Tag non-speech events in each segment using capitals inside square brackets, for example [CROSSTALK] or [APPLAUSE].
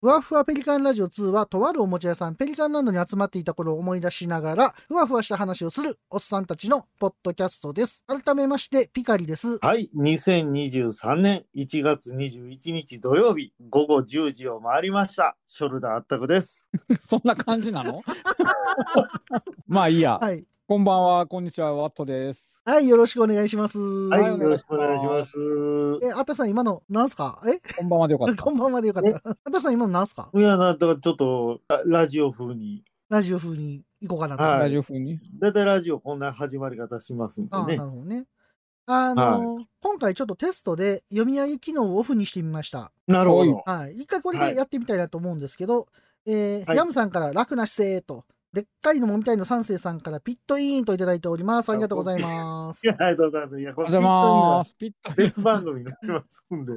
ふわふわペリカンラジオ2は、とあるおもちゃ屋さん、ペリカンランドに集まっていた頃を思い出しながら、ふわふわした話をするおっさんたちのポッドキャストです。改めまして、ピカリです。はい、2023年1月21日土曜日午後10時を回りました。ショルダーあったくです。そんな感じなの [LAUGHS] まあいいや、はい。こんばんは、こんにちは、ワットです。はい、よろしくお願いします。はい、いよろしくお願いします。え、あたくさん今の、なんすかえこんばんはでよかったこ。んばんまでよかった。あたくさん今のなんすかいや、なんとかちょっとララジオ風に、ラジオ風に行こうかなと。はいラジオ風に。だいたいラジオこんな始まり方しますんでああ、ねな。るほどね。あの、今回ちょっとテストで読み上げ機能をオフにしてみました。なるほど。はい。一回これはでいやってみたいなと思うんですけど、えーはいヤムさんから楽な姿勢と、でっかいのもみたいな三世さんからピットイーンといただいております。ありがとうございます。いや、ありがとうございます。いや、おこはようございます。ピッ本当に別番組になりますんで。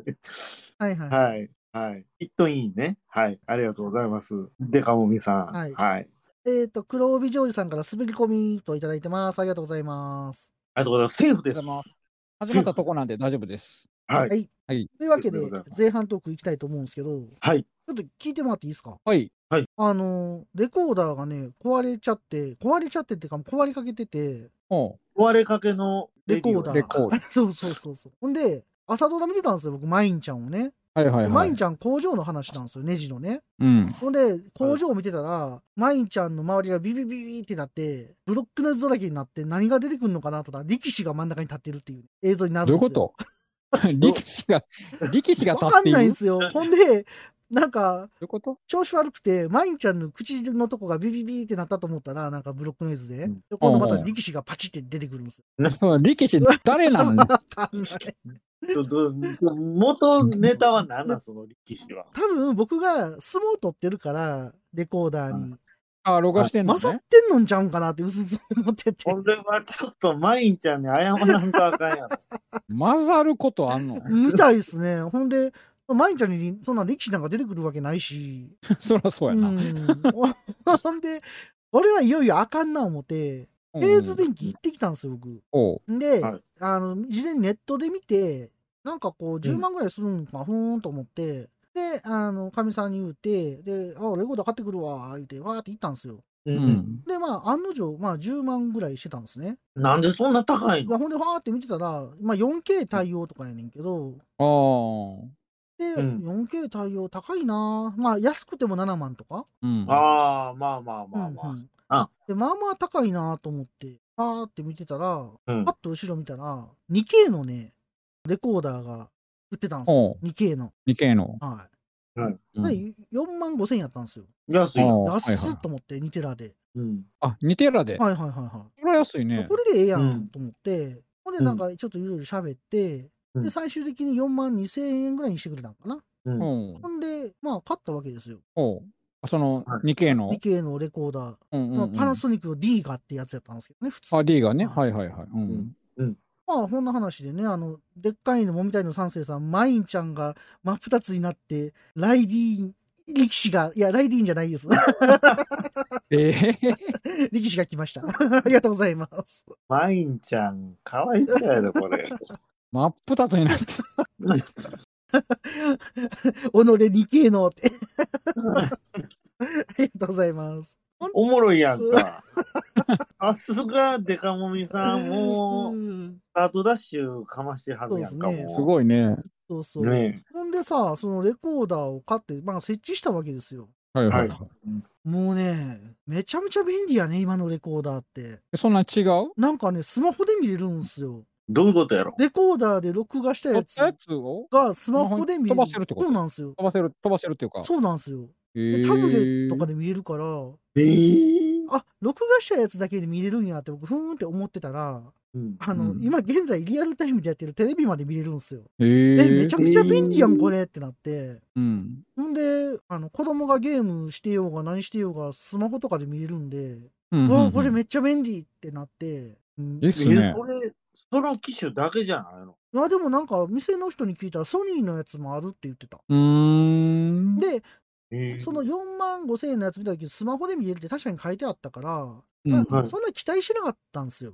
はいはい。はい。はい。ピットインね。はい。ありがとうございます。デカモミさん。はいはい。えっ、と、黒帯ジョージさんから滑り込みといただいてます。ありがとうございます。ありがとうございます。セーフとです。ざいます。始まったとこなんで大丈夫です。はいはい。はいというわけでありがとうござい、ます前半トークいきたいと思うんですけど、ちはい。ょっと聞いてもらっていいですかはい。あの、レコーダーがね、壊れちゃって、壊れちゃってっていうか、壊れかけてて、お壊れかけのレコーダー。レコーダー [LAUGHS] そうそうそうそう。ほんで、朝ドラ見てたんですよ、僕、マインちゃんをね。はいはいはマイいン。ちゃん工場の話なんですよ、ネジのね。うん。ほんで、工場を見てたら、マインちゃんの周りがビビビビってなって、ブロックの渦だらけになって、何が出てくるのかなとか、力士が真ん中に立ってるっていう映像になどるうんいでうこすよ。と力士が、力士が立わかっんている。ないんでどすよ。ほんで、なんか、ういうこと調子悪くて、マインちゃんの口のとこがビビビってなったと思ったら、なんかブロックノイズで、うんで今度またうんうん力士がパチって出てくるんですよ。そう、力士誰な [LAUGHS] のわかんないどど元ネタは何なんその力士は。多分僕が相撲取ってるから、レコーダーに。あ、録画してんの混ざっね。てんのんちゃうんかなって、うすうす思ってて。これはちょっとマインちゃんに謝らんとあかんやろ。混ざることあ [LAUGHS] んの [LAUGHS] みたいですね。ほんで、マインちゃんにそんな力士なんか出てくるわけないし。そりゃそうやな。うん [LAUGHS] ほんで、俺はいよいよあかんな思って、うんレーズ電気行ってきたんですよ、僕。おうで、はいあの事前にネットで見てなんかこう10万ぐらいするんか、ふーんと思ってであのかみさんに言うてで「あレコーダー買ってくるわ」言うてわーって行ったんですよううんん。でまあ案の定、まあ、10万ぐらいしてたんですねなんでそんな高いいやのほんでわーって見てたら、まあ、4K 対応とかやねんけどああ。で、うん 4K 対応高いなまあ安くても7万とかうん。ああ、まあまあまあまあ。うんうんあでまあまあ高いなと思ってあーって見てたらうんパッと後ろ見たら 2K のねレコーダーが売ってたんですよお 2K の 2K の。はうい、んで4万5千やったんですよ安いな。あはい安はいっと思って2テラで、うんあ、2テラで。はい、はいはいはこれは安いい、ねこ。れでええやうんんと思って、ほんでなんかちょっといろいろ喋って、うんで最終的に4万2千円ぐらいにしてくれたのかな、うんうんほんでまあ買ったわけですよおうあそのはい 2K の。 2K のレコーダー、うんうんまうあ、んパナソニックの D がってやつやったんですけどね普通あ、D がね。はいはいはい。うん。まあ、こんな話でね、あの、でっかいのもみたいの三世さん、マインちゃんが真っ二つになって、ライディーン、力士が、いや、ライディーンじゃないです。 [LAUGHS] ええ [LAUGHS] 力士が来ました。ありがとうございます。マインちゃん、かわいそうやで、これ。 [LAUGHS] 真っ二つになって。己 2K のって。ありがとうございます。おもろいやんか。さすがデカモミさん、もう、んスタートダッシュかましてはるやんか、そうですねすもう。ごいね。そうそう。ねほんでさ、そのレコーダーを買って、まあ、設置したわけですよ。はいはいははもうね、めちゃめちゃ便利やね、今のレコーダーって。い。そんな違うなんかね、スマホで見れるんですよ。どういうことやろレコーダーで録画した撮やっつたやつをがスマホで見れスマホに飛ばせるってことそうなんですよ。飛ばせる、飛ばせるっていうか。そうなんですよ。えでータブレットとかで見れるから、えぇ、あ録画したやつだけで見れるんやって僕ふーんって思ってたらうんあの、うん今現在リアルタイムでやってるテレビまで見れるんですよ。ええめちゃーくちゃ便利やえんーこれってなって。うん。ほんであの子供がゲームしてようが何してようがスマホとかで見れるんで、うんわあこれめっちっちゃ便利ってなって、うんいいっすねえ。それ、その機種だけじゃないのいやでもなんか店の人に聞いたらソニーのやつもあるって言ってた。うーん。でえその4万5千円のやつ見た時スマホで見れるって確かに書いてあったから、うんまあはいそんな期待してなかったんですよ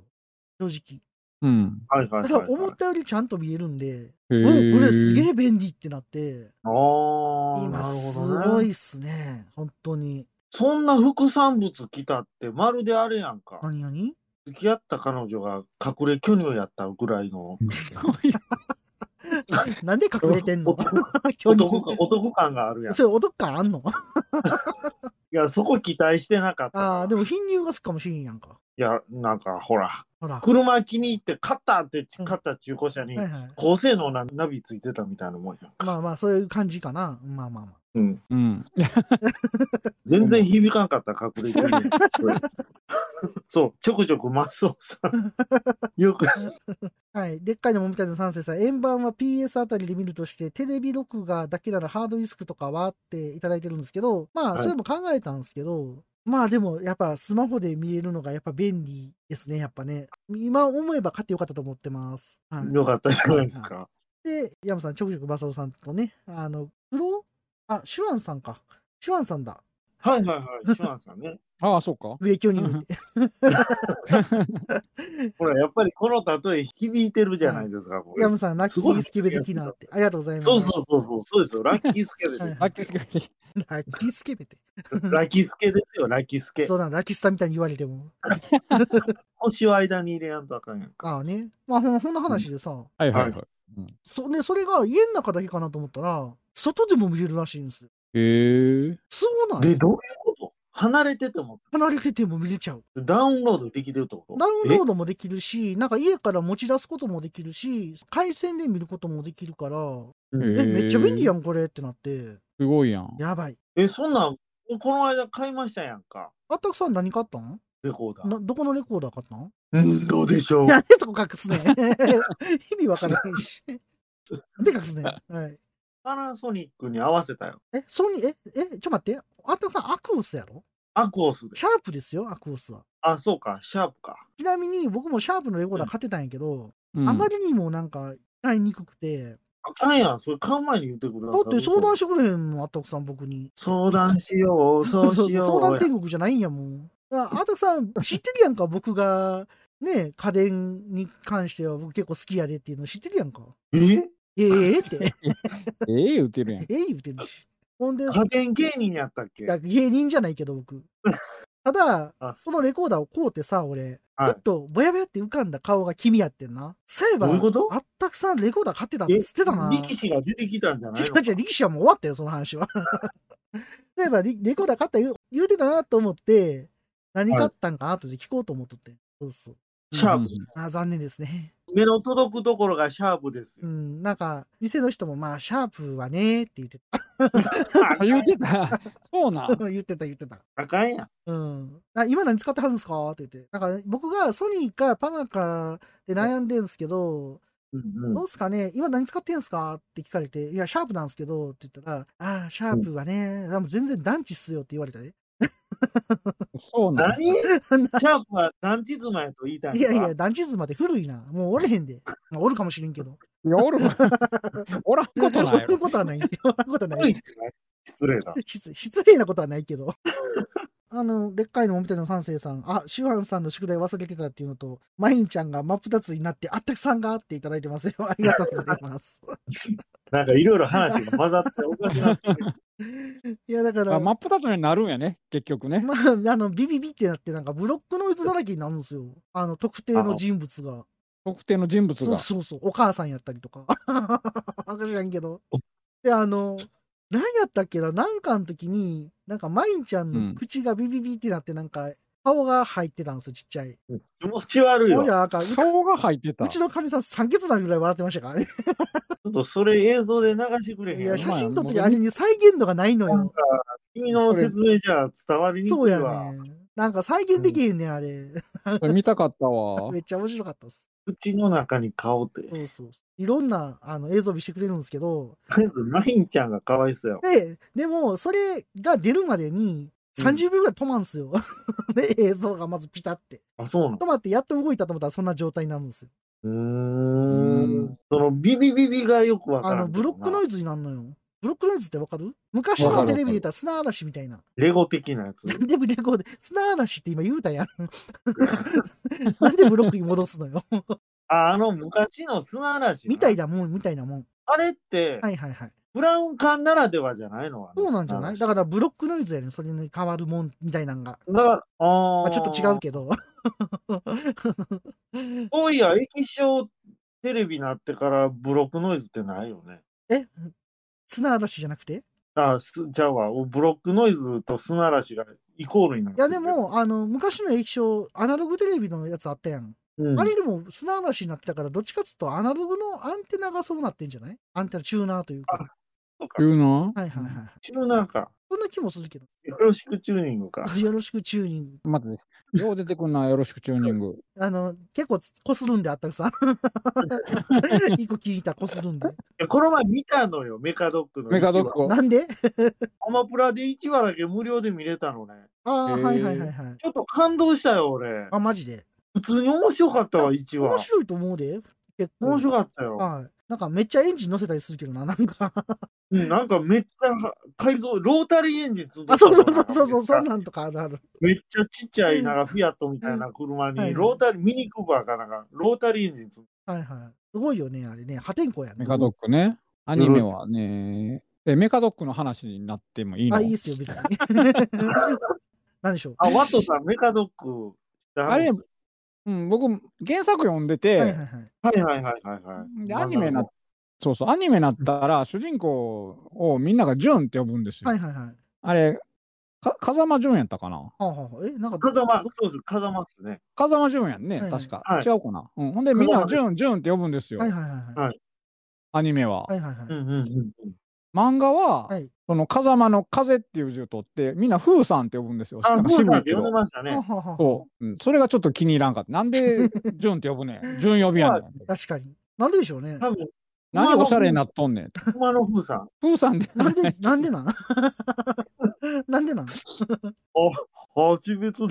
正直うん。はいはいだはい、かはらい。思ったよりちゃんと見えるんで、へうん、これすげえ。え便利ってなって、ああ、今なるすほどね。ごいっすね。本当に。そんな副産物来たって、まるであれやんか。何 [LAUGHS] 何付き合った彼女が隠れ巨乳やったぐらいの。なんで隠れてんの [LAUGHS] お巨乳得かお得感があるやん。いそれお得感あんのや、そこ期待してなかったから。ああ、でも貧乳がすっかもしれんやんか。いや、なんかほら、ほら。は車気に入って、買ったってうん買った中古車にい、はい。高性能なナビついてたみたいなもんやんか。まあまあ、そういう感じかな。まあまあまあ。うん。うん。全然響かんかった、隠れ巨乳。 [LAUGHS] そう、ちょくちょくマスオさ [LAUGHS] ん。よく、はい、でっかいのもみたいな3世さん、円盤は PS あたりで見るとして、テレビ録画だけならハードディスクとかはっていただいてるんですけど、まはあ、いそれも考えたんですけど、まあでも、やっぱスマホで見えるのがやっぱ便利ですね、やっぱね。今思えば買ってよかったと思ってます。はい、よかったじゃないですか。で、山さん、ちょくちょくマサオさんとね、あの、プロあ、シュワンさんか。シュワンさんだ。はいはいはい、シュワンさんね。ああ、そ [LAUGHS] うか。植木をにって。ほら、やっぱりこの例え響いてるじゃないですか、これ山さん、ラッキースケベ的なって。ありがとうございます。そうそうそうそう、そうですよ。ラッキースケですはいラッキースケベラッキースケベって。ラッキースケですよ、ラッキースケそ。うなんだ、ラキスタみたいに言われても。星を間に入れやんとあかんやんか。ああね。まあ、ほんほんの話でさ、はいはいはい。そね、それが家の中だけかなと思ったら、外でも見れるらしいんですよ。へえ。すごなで、いどういうこと離れてても、離れてても見れちゃう。ダウンロードできてるってことダウンローードもできるし、なんか家から持ち出すこともできるし、回線で見ることもできるから、え、めっちゃ便利やん。ん、これってなって、すごいやん。やばい。え、そんなん、この間買いましたやんか。あったくさん何買ったんレコーダー。などこのレコーダー買ったんうん、どうでしょう。なんでそこ隠すねん [LAUGHS] 意味わからないし。なんで隠 [LAUGHS] すねんはい。パナソニックに合わせたよ。え、ソニー、え、え、ちょっと待って。あったくさん、アクオスやろアクオスで。シャープですよ、アクオスは。あ、そうか、シャープか。ちなみに僕もシャープのレコーダー買ってたんやけど、うんあまりにもなんか買いにくくて、あかんやん、それ買う前に言ってくだださい。って相談してくれへんもん、あったくさん僕に。相談しよう、そうしよう。相談天国じゃないんやもん。だからあったくさん知ってるやんか、僕がね、家電に関しては僕結構好きやでっていうの知ってるやんか。えええ [LAUGHS] って、えええ言ってるやんえ。言うてるし。ほんで、家電芸人やったっけいや芸人じゃないけど僕。ただあ、そのレコーダーを買うてさ、俺、はいふっとぼやぼやって浮かんだ顔が君やってんな。そういえば、どういうことあったくさんレコーダー買ってたって言ってたな。力士が出てきたんじゃない違のう違う、力士はもう終わったよ、その話は。 [LAUGHS] 例えば、リレコーダー買った言う言うてたなと思って、何買ったんかなとで聞こうと思っとって。そうそう。シャープです。あー残念ですね。目の届くところがシャープですうよ。ん、なんか、店の人も、まあ、シャープはねって言ってあ言ってた。 [LAUGHS] そうなん。た、 [LAUGHS] 言ってた、言ってた。あかんやん。うん、あ今何使ってはるんですかって言って。なんか、僕がソニーかパナかで悩んでんすけど、うんうどんうすかね今何使ってんすかって聞かれて、いや、シャープなんですけど、って言ったら、ああ、シャープはね、でも全然団地っすよって言われたね。そうなん。何シャープは団地妻やと言いたいいのやかいや、団地図まで古いな。もうおれへんで。まあ、おるかもしれんけど。い [LAUGHS] や、おるわ。おらんことないやそういろう。ことは [LAUGHS] ない。そんなことはな古いいっ。てない失 [LAUGHS] 礼だ。失失礼なことはないけど。 [LAUGHS] あの、でっかいのもみたいな三世さん、あ、シュワンさんの宿題忘れてたっていうのと、マインちゃんが真っ二つになって、あったくさんがあっていただいてますよ。 [LAUGHS] ありがとうございます。なんかいろいろ話が混ざっておかしなってる。いや、だから、あま [LAUGHS] 真っ二つになるんやね、結局ね。あ、あの、ビビビってなって、なんかブロックノイズだらけになるんですよ。あの、特定の人物が。特定の人物そうが。そうそう、お母さんやったりとか。 [LAUGHS] わかんんけど。で、あの、何やったっけな、なんかの時に、なんか、まいんちゃんうんの口がビビビってなって、なんか、顔が入ってたんですよ、ちっちゃい。気持ち悪いほよ。んちじゃ、なんか、う顔が入ってたう。ちのかみさん、酸欠なるぐらい笑ってましたからね。ょっとそれ映像で流してくれへん。いや、写真撮っまあてもうあれに再現度がないのなんよか。君の説明じゃ伝わりにそうくいやわ。ね。なんか再現できへんねん、あれ。それ見たかった [LAUGHS] わめ。っちゃ面白かったっす。口の中に顔って。とそうそう。いろんなあの映像見してくれるんですけど、りあえず、マインちゃんがかわいそうやわ。で、でも、それが出るまでに、30秒ぐらい止まんすよ。 [LAUGHS] で、映像がまずピタって。あ、そうなの止まって、やっと動いたと思ったら、そんな状態になるんですよ。ううーんん。そのビビビビがよくわからあの、んブけどなロックノイズになるのよ。ブロックノイズってわかる昔のテレビで言ったら砂嵐みたいな。レゴ的なや [LAUGHS] つ。でも、レコー [LAUGHS] [LAUGHS] で、砂嵐って今言うたやん。なんでブロックに戻すのよ。ああの昔の砂嵐なみたいだもん、みたいなもん。あれって、はいはいはい。ブラウン管ならではじゃないのあのそうなんじゃないだ砂か嵐らブロックノイズやねんそれに変わるもんみたいなんが。だから、あまーあ、ちょっと違うけど。そういや、液晶テレビになってからブロックノイズってないよね。 [LAUGHS] え砂嵐じゃなくていあ、すじゃあわ、ブロックノイズと砂嵐がイコールになってやるで、も、あの、昔の液晶、アナログテレビのやつあったやん。うんあれでも砂嵐になってたから、どっちかっつうとアナログのアンテナがそうなってんじゃないアンテナ、チューナーというか。そうか言うな。はいはいはいはい。チューナーか。そんな気もするけど。よろしくチューニングか。よろしくチューニング。待ってね。よう出てくんな、よろしくチューニング。あの、結構つこするんで、あったくさん。一個聞いた、こするんで。いやこの前見たのよ、メカドックの。メカドック。を。なんでアマプラで1話だけ無料で見れたのね。ああ、へーはいはいはいはい。ちょっと感動したよ、俺。あ、マジで。普通に面白かったわ、1面話。白いと思うで。結構。面白かったよ。はい。なんかめっちゃエンジン乗せたりするけどな、なんか。うんなんかめっちゃ改造、ロータリーエンジン積んであ、たそのうかそうなそうそうそう、そんめっちゃなんとかあるある。めっちゃちっちゃい、なんかフィアットみたいな車うんはいに、ロータリー、ミニクーバーかなんか、ロータリーエンジン積んではいはい。すごいよね、あれね。破天荒やねメ。カドックね。アニメはね。え、メカドックの話になってもいいのあ、いいっすよ、別に。 [LAUGHS] 何でしょう。あ、ワトさん、メカドック。あれ、はうん、僕、原作読んでて、はいはいはい。いはいはいはいはい。でアニメな、そうそう、アニメなったら、主人公をみんながジュンって呼ぶんですよ。はいはいはい。あれ、か風間淳やったかなはあはあ、え、なんか、風間、そうです、風間っすね。風間淳やんね、はいはい確か、はい違うかな、うん。ほんで、みんな風淳、淳って呼ぶんですよ、はいはいはいはい。アニメは、はいはいはうい。んうんうんうん。漫画は、はいその風間の風っていう字を取って、みんな風さんって呼ぶんですよ。あ、なんふかう渋さんいっけてど呼んでましたねは。あはあはあそう、うん。それがちょっと気に入らんかった。なんで淳って呼ぶねん。淳呼びやねん。確かに。なんででしょうね。多分、何おしゃれになっとんねん。熊のふうさん。風さんで。 [LAUGHS] なん [LAUGHS] で、なんでなん [LAUGHS] なんでなん蜂蜜のい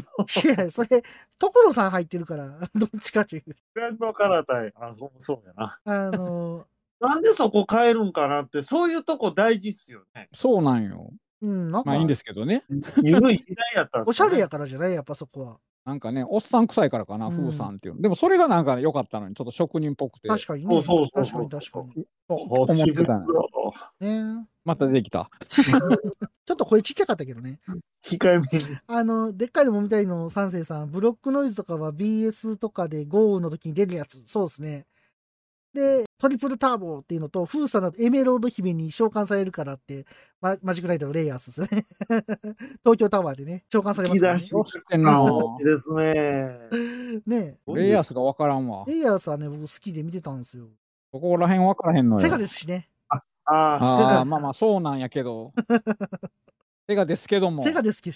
や、それ、所さん入ってるから、 [LAUGHS] どっちかという。ブランドカラー対、あ、そうそうやな。あの、なんでそこ変えるんかなって、そういうとこ大事っすよ [LAUGHS] ね。そうなんよ。うん、なんか、まあいいんですけどね。ゆるい時代やったんおしゃれやかからじゃないやっぱそこは。なんかね、おっさん臭いからかな、うん風さんっていうの。でもそれがなんか良かったのに、ちょっと職人っぽくて。確かにね。そうそう確かそうに確かに。思ってたのよね [LAUGHS] また出てきた。ちょっと声ちっちゃかったけどね。控えめに。あの、でっかいのもみたいの三世さん、ブロックノイズとかは BS とかで豪雨の時に出るやつ。そうですね。で、トリプルターボっていうのと、フーサだとエメロード姫に召喚されるからって、ママジックライダーのレイヤースですね。 [LAUGHS] 東京タワーでね、召喚されま引きすから出ねし。どうしてんなですね。ねレイヤースが分からんわ。レイヤースはね、僕好きで見てたんですよ。そこら辺分からへんのよ。セガですしね。あああ、まあまあそうなんや [LAUGHS] けど。セガですけども。セガですけ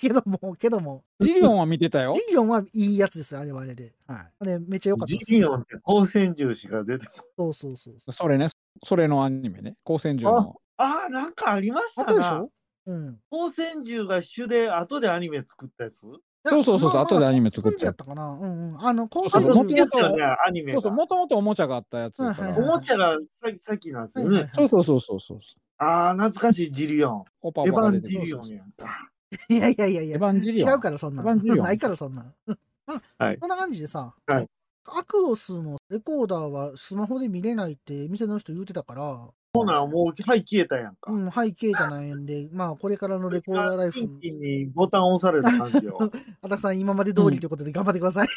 けど [LAUGHS] も、けども。ジリオンは見てたよジ。ギオンはいいやつですよ、あれはあれで。はい。あれめっちゃ良あ、かったジです。ギオンって光線銃しか出てこない。そうそうそうそう。それね。それのアニメね。光線銃の。ああ、なんかありましあたとでしなょ。うん。光線銃が主で、後でアニメ作ったやつそうそうそうそうまあまあ後でアニメ作ってそういう感じやったかな。うんうん。あの、コンそサうルそあう元の々ですよね、アニメそうが。そう、もともとおもちゃがあったやつやかはいはらおいはいもちゃがささっきなんですよね。そうそうそうそうそう。ああ、懐かしいジリオン。オパオエヴパァがン出てジくるリオンやんか。いやいやいやいエやヴ。ァンジリ違オン。うからそんなエヴァンん。ジリオンないからそんなん。あはいそんな感じでさ、はいアクオスのレコーダーはスマホで見れないって店の人言うてたから、コーナーもう、はい、消えたやんか。うん、背景じゃないんで、まあこれからのレコーダーライキンフ、キンにボタン押された感じよ。あたくさん今まで通りということで頑張ってください。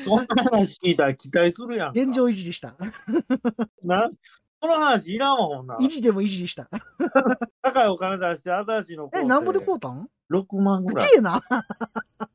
そんな話聞いたら期待するやんか。現状維持でした。なその話いらんわ、ほんなら維持でも維持でした。高いお金出して、新しいのえ、なんぼでこうたんう ?6 万ぐらい。 ?K な。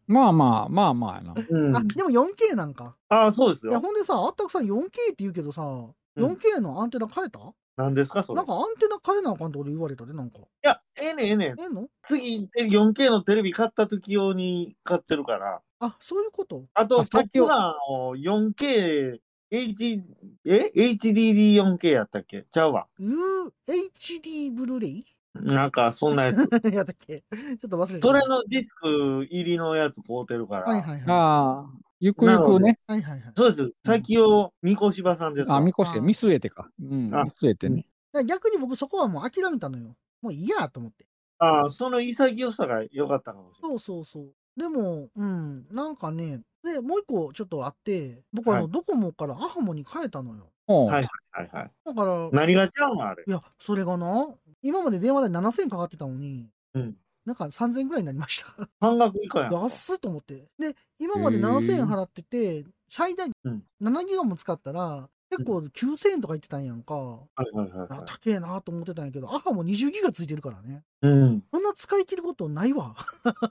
まあまあまあまあやな。うんあ、でも 4K なんか。ああ、そうですいや、よ。ほんでさ、あったくさん 4K って言うけどさ、ん 4K のアンテナ変えた、何ですか、それ。なんいかアンテナ変えなあかんって俺言われたで、なんか。や、ええねんええねん。ええの次、4K のテレビ買った時用に買ってるから。あ、そういうことあと、あさっ先きをは 4K、H、え ?HDD4K やったっけちゃうわ。 ?UHD ブルーレイ [LAUGHS] なんか、そんなやつ。やったっけちょっと忘れてた。それのディスク入りのやつ買うてるから。はいはいはああ、ゆくゆくね。い。はいはいはい。そうです。先を三越場さんですわ。あ、見越しあて、見据えてか。うん、見あ据えてね。だから逆に僕そこはもう諦めたのよ。もういいやと思って。ああその潔さが良かったかもしれない。そうそうそう。でも、うん、なんかね、で、もう一個ちょっとあって、僕あの、はいドコモからアハモに変えたのよ。おうはいはいはい。だから、何がちゃうのあれい。や、それがな、今まで電話代7000かかってたのに、うんなんか3000ぐらいになりました。半額以下やんか。安っと思って。で、今までへー7000円払ってて、最大うん7ギガも使ったら、結構9000円とか言ってたんやんか。はいはいはいあはい。高えなと思ってたんやけど、アハも20ギガついてるからね。うん。そんな使い切ることないわ。 [LAUGHS]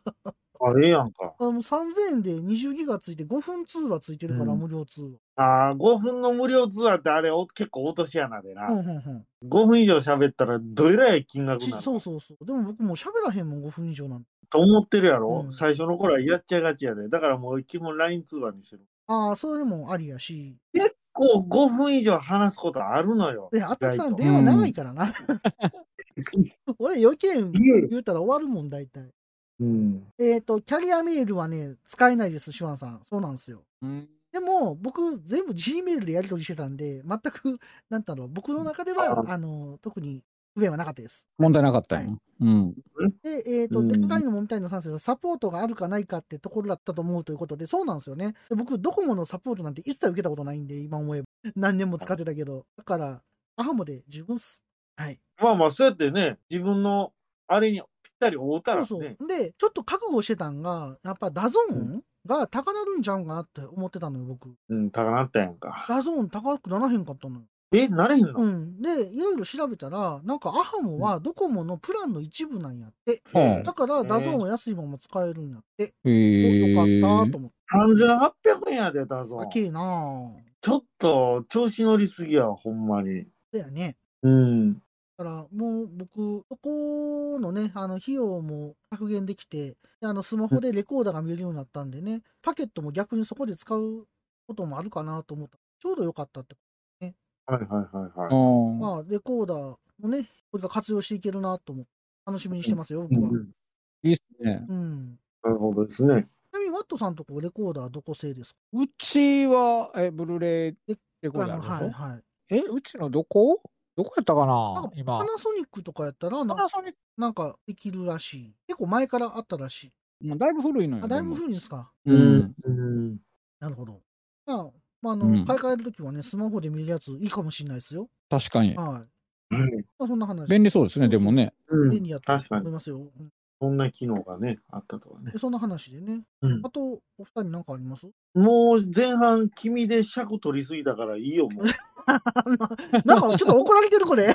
あれやんか。あの3000円で20ギガついて5分通話ついてるから、うん無料通話。ああ、5分の無料ツアーってあれお結構落とし穴でな。うんうんうん5分以上喋ったらどれぐらい金額しなのそうそうそう。でも僕もう喋らへんもん、5分以上なんて。と思ってるやろ、うん最初の頃はやっちゃいがちやで。だからもう基本 LINE 通話にしてる。ああ、それでもありやし。こう5分以上話すことあるのよ。で、あたくさん意外と電話長いからな。 [LAUGHS] 俺、余計言うたら終わるもん、大体。うん。えっ、と、キャリアメールはね、使えないです、シュワンさん。そうなんですよ。うんでも、僕、全部 G メールでやり取りしてたんで、全く、 [LAUGHS] なんだろう、僕の中ではう、んあの、特に不便はなかったです。問題なかったよな。うん。で、えっ、と、うんでっかいのもみたいな3世さん、サポートがあるかないかってところだったと思うということで、そうなんですよね。で僕、ドコモのサポートなんて一切受けたことないんで、今思えば。何年も使ってたけど。だから、アハモで十分っす。はい。まあまあ、そうやってね、自分のあれにぴったり合うたらそうね。そう。で、ちょっと覚悟してたんが、やっぱダゾーうンが高なるんちゃうんかなって思ってたのよ、僕。うん、高なったやんか。ダゾーン高くならへんかったのよ。え、なれへんの、うん。で、いろいろ調べたら、なんかアハモはドコモのプランの一部なんやって。うんだからダゾーンは安いまま使えるんやって。へおよかっえ。たと思って。 ?3800 円やで、ダゾあン。けえなぁ。ちょっと調子乗りすぎや、ほんまに。だよね。うん。だからもう僕、そこのね、あの費用も削減できて、であのスマホでレコーダーが見れるようになったんでね、パケットも逆にそこで使うこともあるかなと思った。ちょうど良かったって。はいはいはいはい。うんまあ、レコーダーもね、これが活用していけるなと思って、楽しみにしてますよ、う僕は。んいいっすね。うん。なるほどですね。ちなみに、ワットさんとこレコーダーどこ製ですかうちは、え、ブルーレイレコーダーあるでしょあのはいはい。え、うちのどこどこやったかなんなかパ今。ナソニックとかやったらパなナ、ソニッなんかできるらしい。結構前からあったらしい。クもうだいぶ古いのよ。あ、だいぶでも古いんですか。うん。。うん。なるほど。まあ、まあ、あうの、ん買い替えるときはね、スマホで見るやついいかもしれないですよ。確かに。はい。はい。まあ、そんな話。便利そうですね、そうそうでもね。う便ん。利やと確か思いに。ますよ。うんそんな機能がね、あったとはねで。そんな話でね。うんあ。と、お二人なんかあります [LAUGHS] もう前半、君で尺取りすぎたからいいよ、もう。なんかちょっと怒られてるこ [LAUGHS] れ。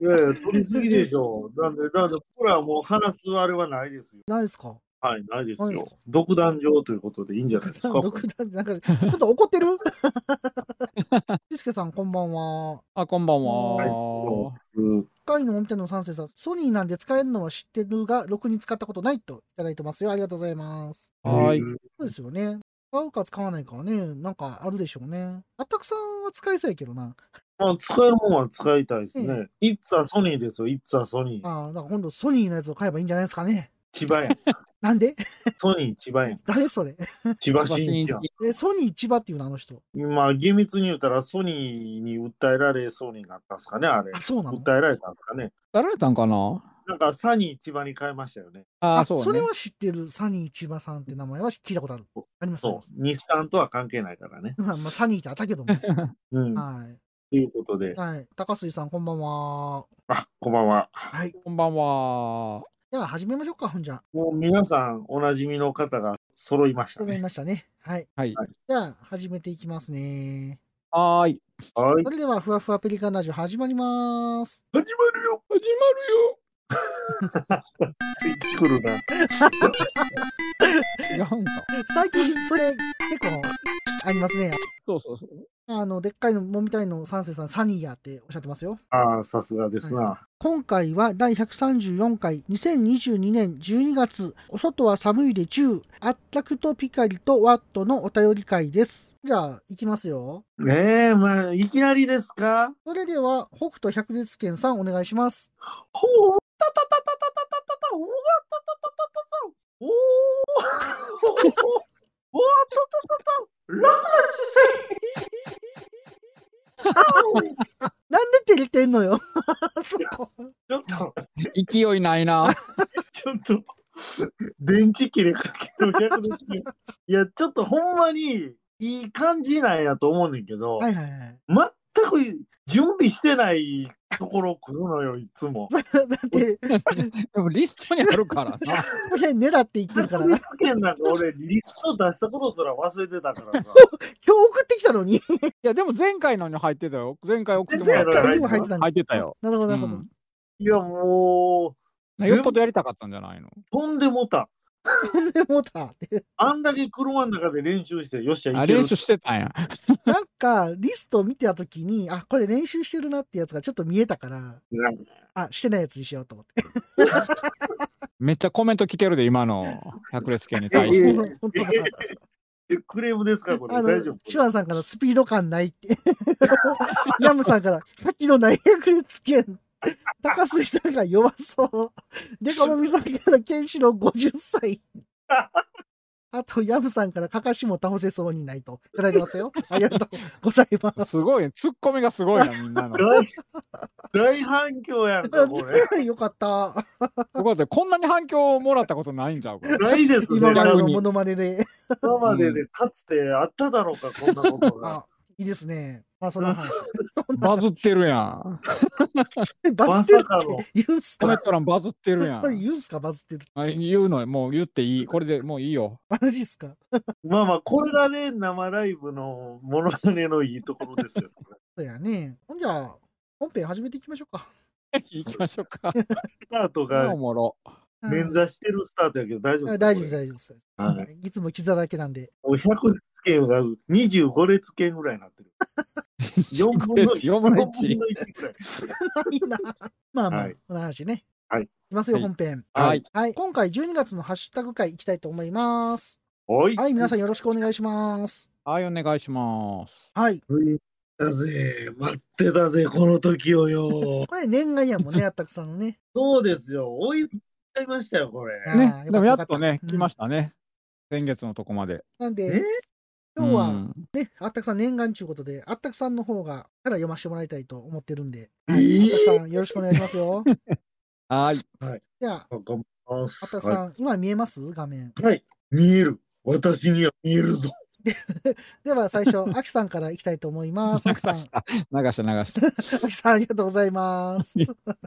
いやいや、取りすぎでしょ。なんで、なんで、これはもう話すあれはないですよ。ないですかはい、ないですないでよすか。独壇場ということでいいんじゃないです [LAUGHS] か。独断なんか、ちょっと怒って [LAUGHS] る [LAUGHS] ピスケさん、こんばんは。あ、こんばんはいは。そうです深いのみたいの三世さん、ソニーなんで使えるのは知ってるが、ろくに使ったことないといただいてますよ。ありがとうございます。はーい。そうですよね。使うか使わないかはね、なんかあるでしょうね。あったくさんは使いそうやけどな。まあ、使えるもんは使いたいですうね。いつはソニーですよ、いつはソニー。ああ、だから今度ソニーのやつを買えばいいんじゃないですかね。千葉 [LAUGHS] 園。なんでソニー千葉園。誰それ千葉真一やん。え、ソニー千葉っていうのあの人。まあ、厳密に言うたら、ソニーに訴えられそうになったんですかね、あれあ、。そうなの訴えられたんですかね。やられたんかななんか、サニー千葉に変えましたよね。あー、そうれね。は知ってる。サニー千葉さんって名前は聞いたことある。ありますありそますう。日産とは関係ないからね。まあ、まあ、サニーってあったけど [LAUGHS] も。うん。とはいうことでい。、はい。高杉さん、こんばんは。あ、こんばんは。はい。こんばんは。では、始めましょうか、ほんじゃ。もう皆さん、おなじみの方が揃いましたわかりね。ましたね。はい。はい。じゃあ、始めていきますね。はーい。はいそ。れでは、ふわふわペリカンラジオ始まります。始まるよ。始スイッチ来るな。まるよ。違うんか。最近それ結構ありますね。そうそうそう。あの、でっかいのもみたいの三世さん、サニーやっておっしゃってますよ。ああ、さすがですな。今回は第134回2022年12月、お外は寒いで中、あったくとピカリとワットのお便り会です。じゃあ、行きますよ。ねえ、まあ、いきなりですかそれでは、北斗百舌拳さんお願いします。ほう、たたたたたたたたた、おわたたたたたた、おー、おわたたたた、楽な姿勢。なんで照れてんのよ。そこちょっと、 [LAUGHS] 勢いないな。ちょっと、電池切れかける逆ですね。いや、ちょっとほんまにいい感じなんやと思うねんけど、はいはいはい。全く準備してないところ来るのよ、いつも。だって、でもリストにあるからな。それ狙って言ってるからな。今見つけんなんか俺、リスト出したことすら忘れてたからさ。日送ってきたのに。いや、でも前回のに入ってたよ。前回送っても前らっ回前た回ににもも入っ入っててたんだ。入ってたよ。 [LAUGHS] なるほど、なるほど。うんいや、もう、よっぽどやりたかったんじゃないの飛んでもうた。ほんでもうたって。あんだけ車の中で練習して、よっしゃ、あいける練。習してたんや。なんか、リストを見てたときに、あ、これ練習してるなってやつがちょっと見えたから、あ、してないやつにしようと思って。めっちゃコメント来てるで、今の百列系にや対いしやてい。や [LAUGHS] 本当だ。えクレームですか、これ。あ大丈の夫、。シュワンさんからスピード感ないって。 [LAUGHS] ヤムさんから、さっきの内役でつけん。高須さんが弱そう。デカモミさんから、ケンシロウ50歳。あと、ヤムさんから、カカシも倒せそうにないと。いただいてますよ。ありがとうございます。すごいね。ツッコミがすごいな、みんなの。大 [LAUGHS] 大反響やんか、これ。よかった。すごいねこんなに反響をもらったことないんち [LAUGHS] ゃうか。ないですね。今まで逆のにモノマネで。今まででかつてあっただろうか、こんなことが。あ、いいですね。まあ、そんな話。バズってるや [LAUGHS] ん。バズってるまさかのって言うんすコメンかト欄バズってるや [LAUGHS] ん。言うんすかバズってる。あ言うのよもう言っていい。これでもうい [LAUGHS] いよ。マジっすかまあまあ、これがね、生ライブのものまねのいいところですよ。そうやね。ほんじゃあ、本編始めていきましょうか。行きましょうか。スタートおがもろ。うん捻挫してるスタートやけど、大丈あ夫ですか大丈夫、これ大丈夫です。、はいつも膝だけなんで。ももう100列圏が25列圏ぐらいになってる。4分 [LAUGHS] の1。 4分の1ぐらい。ういいな。まあまあ、はいこの話ね。はいいきますよ、はい本編。はい。はい。今回12月のハッシュタグ会いきたいと思います。おい。はい、皆さんよろしくお願いします。はい、お願いします。はい。だぜ、待ってたぜ、この時をよ。これ念願やもん [LAUGHS] ね、あったくさんのね。そうですよ、追いついちゃいましたよ、これ。あーよかねっ、たでもやよっかったとねう、ん来ましたね。先月のとこまで。なんでえ、今日うはんね、あったくさん念願ちゅうことで、あったくさんの方がから読ませてもらいたいと思ってるんで、えあったーくさんよろしくお願いしますよ。はい。じゃあ、頑張りまあっすたくさん、今見えます画面。はい、はい見える。私には見えるぞ。では最 [LAUGHS] 初、あきさんからいきたいと思います。あきさん、あ流した流した。きさんありがとうございます。ありがとう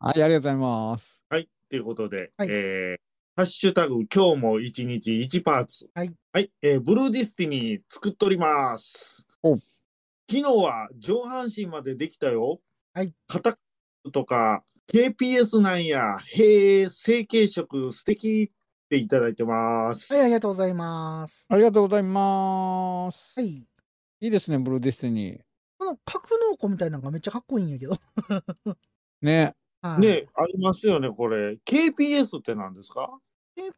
はい、ありがとうございます。はい、ということで、はいえーハッシュタグ、今日も一日1パーツ。はい。えーブルーディスティニー作っております。お昨日は上半身までできたよ。はい。肩とか、KPS なんや、へえ、成形色素敵っていただいてます。はい、ありがとうございます。ありがとうございます。、はいい。いですね、ブルーディスティニー。この格納庫みたいなのがめっちゃかっこいいんやけど。ね。はいね、ありますよね、これ。KPS って何ですか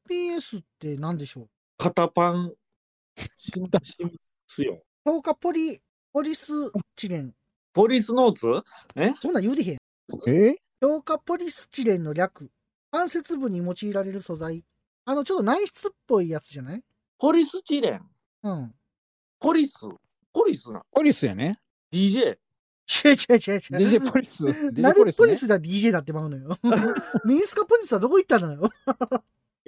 KPS って何でしょう肩パンししますよ。強化ポリ、ポリスチレン。ポリスノーツそんなん言うでへん。え強化ポリスチレンの略。関節部に用いられる素材。あの、ちょっと内室っぽいやつじゃないポリスチレンうん。ポリスポリスなポリスやね。 ?DJ? 違う違う違う違う。 DJ ポリス。な DJ んでポリねスだ DJ だってまうの [LAUGHS] よ。ミニスカポリスはどこ行ったのよ。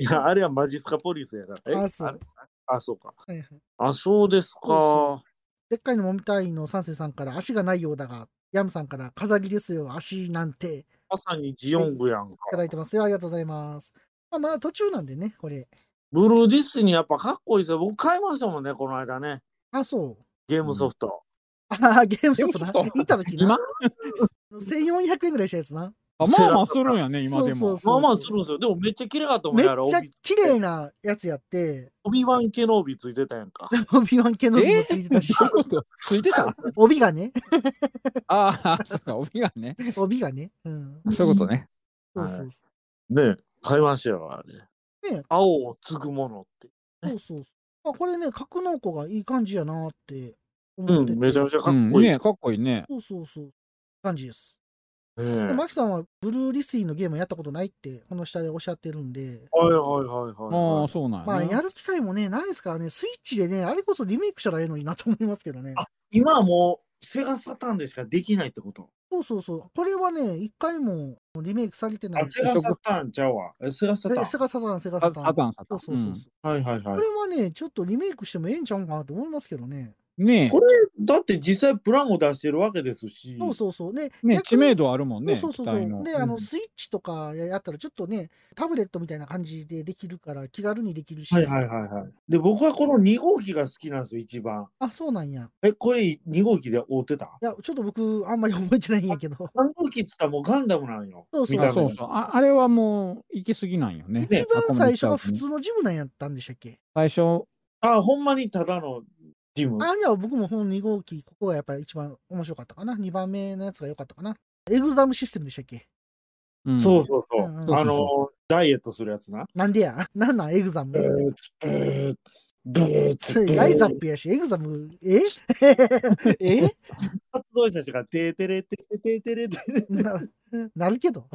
いや、あれはマジスカポリスやから。えあそうあれあそうか。はいはいあ、そうですそか。でっかいのもみたいの三世さんから足がないようだが、ヤムさんから飾りですよ、足なんていまさにジオングやんか。ただいてますよ。ありがとうございます。まあ、まだ途中なんでね、これ。ブルーディスにやっぱかっこいいですよ。僕買いましたもんね、この間ね。あ、そう。ゲームソフト。あゲームソフトな。ゲームソフト行った時な。1400円ぐらいしたやつな。あまあまあするんやね、今そうでも。そうそうまあまあするんですよ。でもめっちゃ綺麗かったもんめっね、あれ。ちゃ綺麗なやつやって、帯ワン系の帯ついてたやん [LAUGHS] か。帯ワン系のにもついてた [LAUGHS] し、そういうことついてた帯がね、ああ、そうか、帯がね。帯がね。うん。そういうことね。そうそうそね買いましたよ、あれ。ね青を継ぐものって。う。そうそうそうあこれね、格納庫がいい感じやなって思うっててん、めちゃめちゃかうっんこいい。ねかっこいいね。そうそうそう。感じです。ええでマキさんはブルーリスイのゲームやったことないって、この下でおっしゃってるんで、はいはいはいはいはい。ああ、そうなんまあ、やね。やる機会もね、ないですからね、スイッチでね、あれこそリメイクしたらええのになと思いますけどね。今はもう、セガサターンでしかできないってこと。そうそうそう。これはね、一回もリメイクされてない。あ、セガサターンちゃうわ。えセガサタえーセガサターン、セガササタターン。ン、サタそンう。そうそうそう、うんン。はいはいはこれはね、ちょっとリメイクしてもええんちゃうんかなと思いますけどね。ねい。えこれ、だって実際プランを出してるわけですし。そうそうそう。ね、逆ねえに知名度あるもんね。そうそうそ機う体そう。ので、あの、うんスイッチとかやったら、ちょっとね、タブレットみたいな感じでできるから、気軽にできるし。はいはいはいはい。で、僕はこの2号機が好きなんですよ、一番。あ、そうなんや。え、これ2号機で追ってたいや、ちょっと僕、あんまり覚えてないんやけど。 ?3 号機っつったらもうガンダムなんよ。そうそう見あたそ目うそうあ。あれはもう行き過ぎなんよね。一番最初が普ね。通のジムなんやったんでしたっけ最初、あ、ほんまにただのジム。あ、じゃあ僕も本2号機、ここがやっぱり一番面白かったかな。2番目のやつが良かったかな。エグザムシステムでしたっけうんそうそうそう。うんうんあの、ダイエットするやつな。なんでや [LAUGHS] なんなんエグザムブ。ーツ、ブーツ、ブーそツ。れライザップやし、エグザム、え [LAUGHS] え活動者しか、てーてれてーてーてれてーてー。。ななるけど。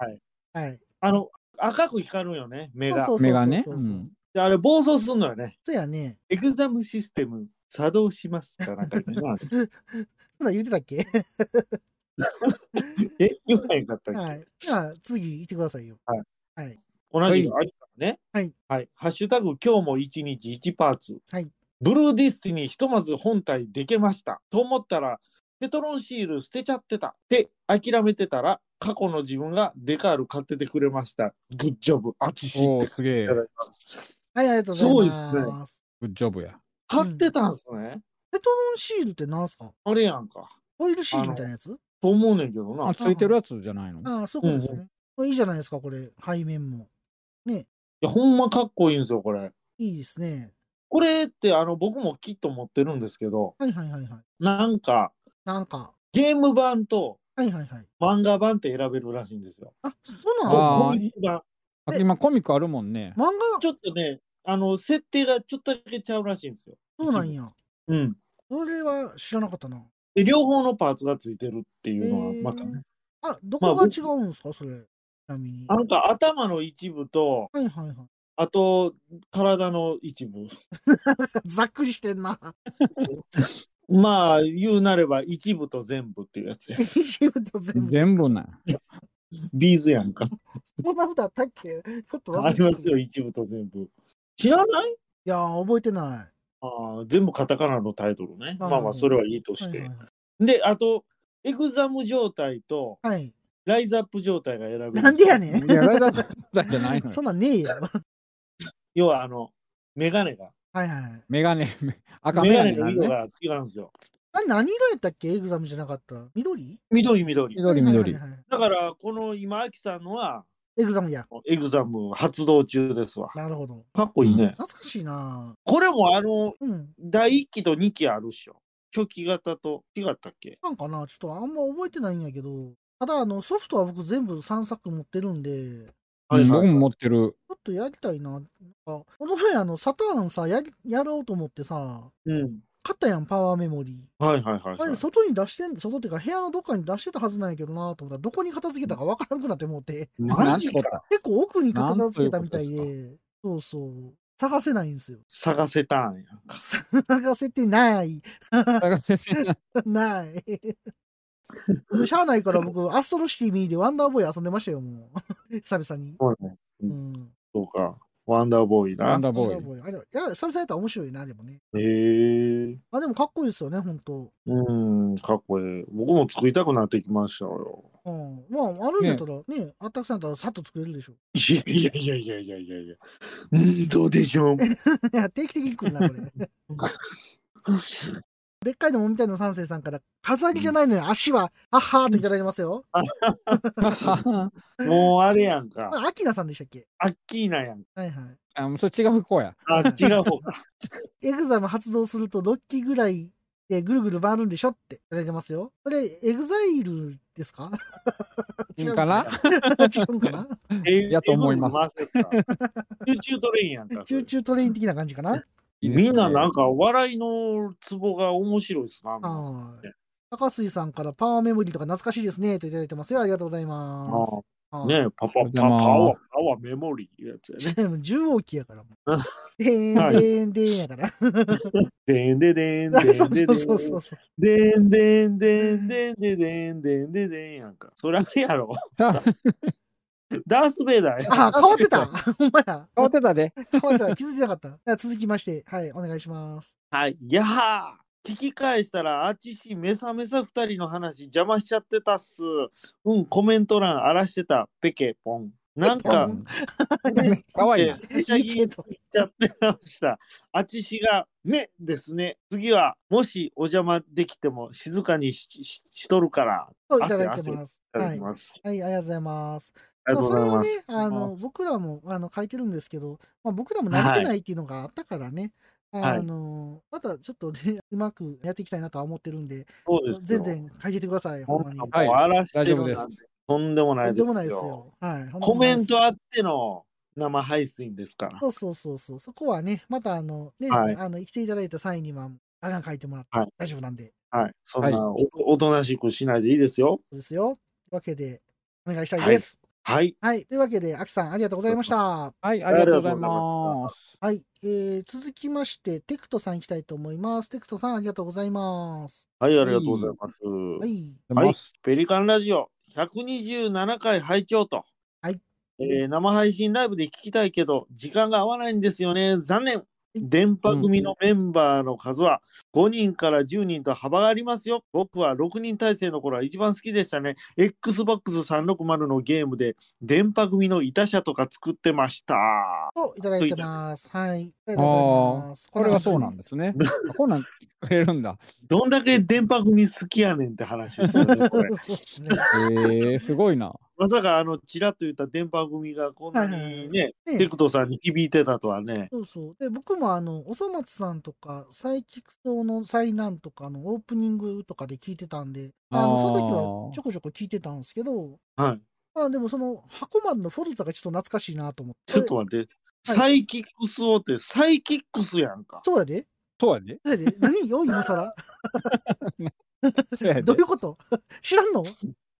はいはい。あの、赤く光るんよね、目が。そうそうそうそう目がね。そうそうそううんであれ、暴走すんのよね。そうやね。エグザムシステム作動しますかなんか言うなまだ言ってたっけえ、言わへんかったっけ、はい。じゃあ次行ってくださいよ。同じのあるからね。はい。はい。ハッシュタグ、今日も一日一パーツ。はい。ブルーディスティにひとまず本体でけました。と思ったら、テトロンシール捨てちゃってた。って諦めてたら、過去の自分がデカール買っててくれました。グッジョブ、アキシっおお、てすいげえた。だきます。はい、ありがとうございます。すごいですグッジョブや。買ってたんすね。ペトロンシールってなんすかあれやんか。オイルシールみたいなやつと思うねんけどなあ、。ついてるやつじゃないのああ、そういうことですよね。これいいじゃないですか、これ。背面も。ね。いや、ほんまかっこいいんですよ、これ。いいですね。これって、あの、僕もキット持ってるんですけど、はいはいはいはい。なんか、なんか。ゲーム版とはいはいはい。漫画版って選べるらしいんですよ。あ、そうなのあーコミック版。あえ今コミックあるもんね。漫ちょっとね、あの、設定がちょっとだけちゃうらしいんですよ。画そうなんや。うん。それは知らなかったな。で、両方のパーツがついてるっていうのへーは、またね。あ、どこが違うんですか、それ。ちなみに。はなんか頭の一部と、いはいはい。 [LAUGHS] あと、体の一部。ざっくりしてんな。 [LAUGHS] まあ、言うなれば、一部と全部っていうやつや。一部と全部。全。部な。ビーズやん [LAUGHS] か。こんなことあったっけちょっと忘れてたありますよ、一部と全部。知らないいやー、覚えてなあー全部カタカナのタイトルね。あーまあまあ、それはいいとい。はしいて。はいはいで、あと、エグザム状態とはい。ライズアップ状態が選べる。なんでやねいや、ん。ライダーだじゃない [LAUGHS] のそよ。んなんねえよ。要は、あの、メガネが。はいはい。メガネ、め赤メメガガネネのな色のね。が違うんですよ。あれ何色やったっけエグザムじゃなかったら。緑緑緑。緑緑はい。はいはいはいだから、この今、アキさんのは、エグザムや。エグザム発動中ですわ。なるほど。かっこいいね。懐かしいなこれも、あの、うん。第1期と2期あるっしょ。初期型と違ったっけなんかなちょっとあんま覚えてないんやけど。ただ、あの、ソフトは僕全部3作持ってるんで、うん僕も持ってる。ちょっとやりたいな。なんかこの前、あの、サターンさ、やりやろうと思ってさ、うん。買ったやん、パワーメモリー。はいはいはいあはれ、い。外に出してん、外っていうか、部屋のどっかに出してたはずなんやけどなと思ったら、どこに片付けたかわからなくなってもうて、なマんてジことか。だ結構奥に片付けたみたいなんとで、そうそう、探せないんですよ。探せたんや。探せてない、高瀬先生 [LAUGHS] ない。でしゃあないから僕、アストロシティミーでワンダーボーイ遊んでましたよ、もう。 [LAUGHS] 久々に。そうね。うん。そうか。ワンダーボーイワなン。ダーボワンーダーイ。ボーイあれ、いや、久々やったら面白いな、でもね。へえ。あ、でもかっこいいですよね、ほんと。うん、かっこいい。僕も作りたくなってきましたよ。うん。まあ、あるんやったら、ねあったくさんやったらさっと作れるでしょ。 [LAUGHS] いやいやいやいやいやいやいや。うん、どうでしょう。 [LAUGHS] いや、定期的に来るな、これ。 [LAUGHS] でっかいのもみたいな三世さんから、飾りじゃないのよ、足は、あっはーといただいてますよ。もうあれやんか。あ、アキナさんでしたっけアッキーナやん。はいはあ、もうそれ違う子や。あ、違う方か。。い。エグザム発動すると6機ぐらいでぐるぐる回るんでしょっていただいてますよ。それ、エグザイルですか [LAUGHS] 違うんかな [LAUGHS] 違うんかなやと思います集中トレインやんか。中中トレイン的な感じ [LAUGHS] かなみんななんか笑いのツボが面白いっすな。はい。高杉さんからパワーメモリーとか懐かしいですねといただいてますよ。ありがとうございあますー。ああ [LAUGHS] ねパパ、パ邪パ魔ワー、パワーメモリーいうやつやね。でも重王機やからもううん。でーんはいでーんでーんやから。でんででんでんでん [LAUGHS] そうで [LAUGHS] そうそうそうそう。でんでんでんでんでんでんでんでんでんやんか。そりゃやろ。ダース・ベイダーや。あ、変わってた。 [LAUGHS] ほんまや。変わってたで。変わってた。気づいてなかった。じゃあ続きまして、はい、お願いし [LAUGHS] ます。はい。いやー聞き返したら、あちし、めさめさ二人の話邪魔しちゃってたっす。うん、コメント欄荒らしてた。ペケポン。なんか、 [LAUGHS] 嬉しくてかわいいなはしゃいいぎけど。ちゃってました。あちしが、ねですね。次は、もしお邪魔できても静かにしししとるから、そういただいてます。いただはきい。はい、ます。ありがとうございます。ありがとうそござれいもまねす。、あの、僕らも、あの、書いてるんですけど、まあ、僕らも慣れてないっていうのがあったからね。はいあの、またちょっとね、 [LAUGHS] うまくやっていきたいなとは思ってるんで、そうですよ全然書いててください、ほんまに。もう荒らしてるなんてはい大丈夫でとんでもないとんででもないすですよ。よ。はい。ほんでコもなメいでンすトあっての生配信ですから。そうそうそうそう。そこはね、またあの、ね、はいあの、来ていただいた際には、あがん書いてもらって、はい大丈夫なんで、はい。そんな、はいおおとなしくしないでいいですよ。そうですよ。というわけで、お願いしたいです。はい。はい。というわけで、あきさん、ありがとうございました。はい、ありがとうございます。はい。えー、続きまして、テクトさん行きたいと思います。テクトさん、ありがとうございます。はい、ありがとうございます。はい。はいはいペリカンラジオ127回拝聴と。はいえー生配信ライブで聞きたいけど、時間が合わないんですよね。残念。電波組のメンバーの数は5人から10人と幅がありますよ。僕は6人体制の頃は一番好きでしたね。Xbox360 のゲームで電波組のいた社とか作ってました。と、いただいてます。はい。ありがとうございます。これはそうなんですね。こんなんくれるんだ。どんだけ電波組好きやねんって話ですよね、これ感。じそうですね。ええ、すごいな。まさかあの、ちらっと言った電波組がこんなにね、ねテクトさんに響いてたとはね。そうそう。で、僕もあの、おそ松さんとか、サイキクソの災難とかのオープニングとかで聞いてたんで、あの、あーその時はちょこちょこ聞いてたんですけど、はい。まあでもその、箱マンのフォルツァがちょっと懐かしいなと思って。ちょっと待って。はいサイキックスをって、サイキックスやんか。そうやでそうやね。そうやで何よ、今更。そうやねどういうこと知らんの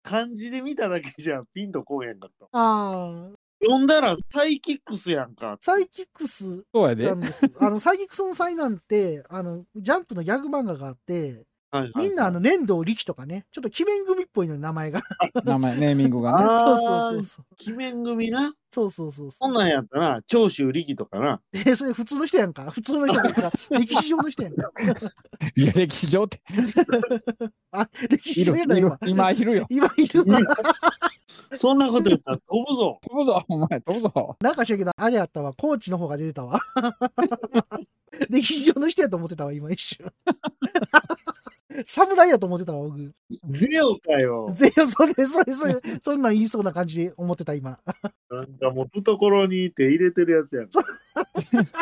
漢字で見ただけじゃピンとこうへんかった。ああ、読んだらサイキックスやんか。サイキクスそうやでな。んです。あの、サイキクソの災難って、あの、ジャンプのギャグ漫画があって、はいはいはいみんなあの、粘土力とかね、ちょっと鬼面組っぽいのに名前が。名前、ネーミングがね。あ [LAUGHS] そーうそうそうそう。鬼面組な。そうそうそうそうそ。んなんやったな。長州力とかな。え、それ普通の人やんか。普通の人だから、歴史上の人やんか。 [LAUGHS] いや歴史上って。あ、歴い史上る、やいんか、る今。。今いるよ。今いるわ。そんなこと言ったら飛ぶぞ。飛ぶぞ、お前、飛ぶぞ。なんかしらんけど、あれやったわ。コーチの方が出てたわ。 [LAUGHS] 歴史上の人やと思ってたわ、今一瞬。 [LAUGHS] 侍やと思ってたわ、僕。ゼオかよ。全員それ、それ、それ、そんなん言いそうな感じで思ってた、今。なんかもう懐に手入れてるやつやんか。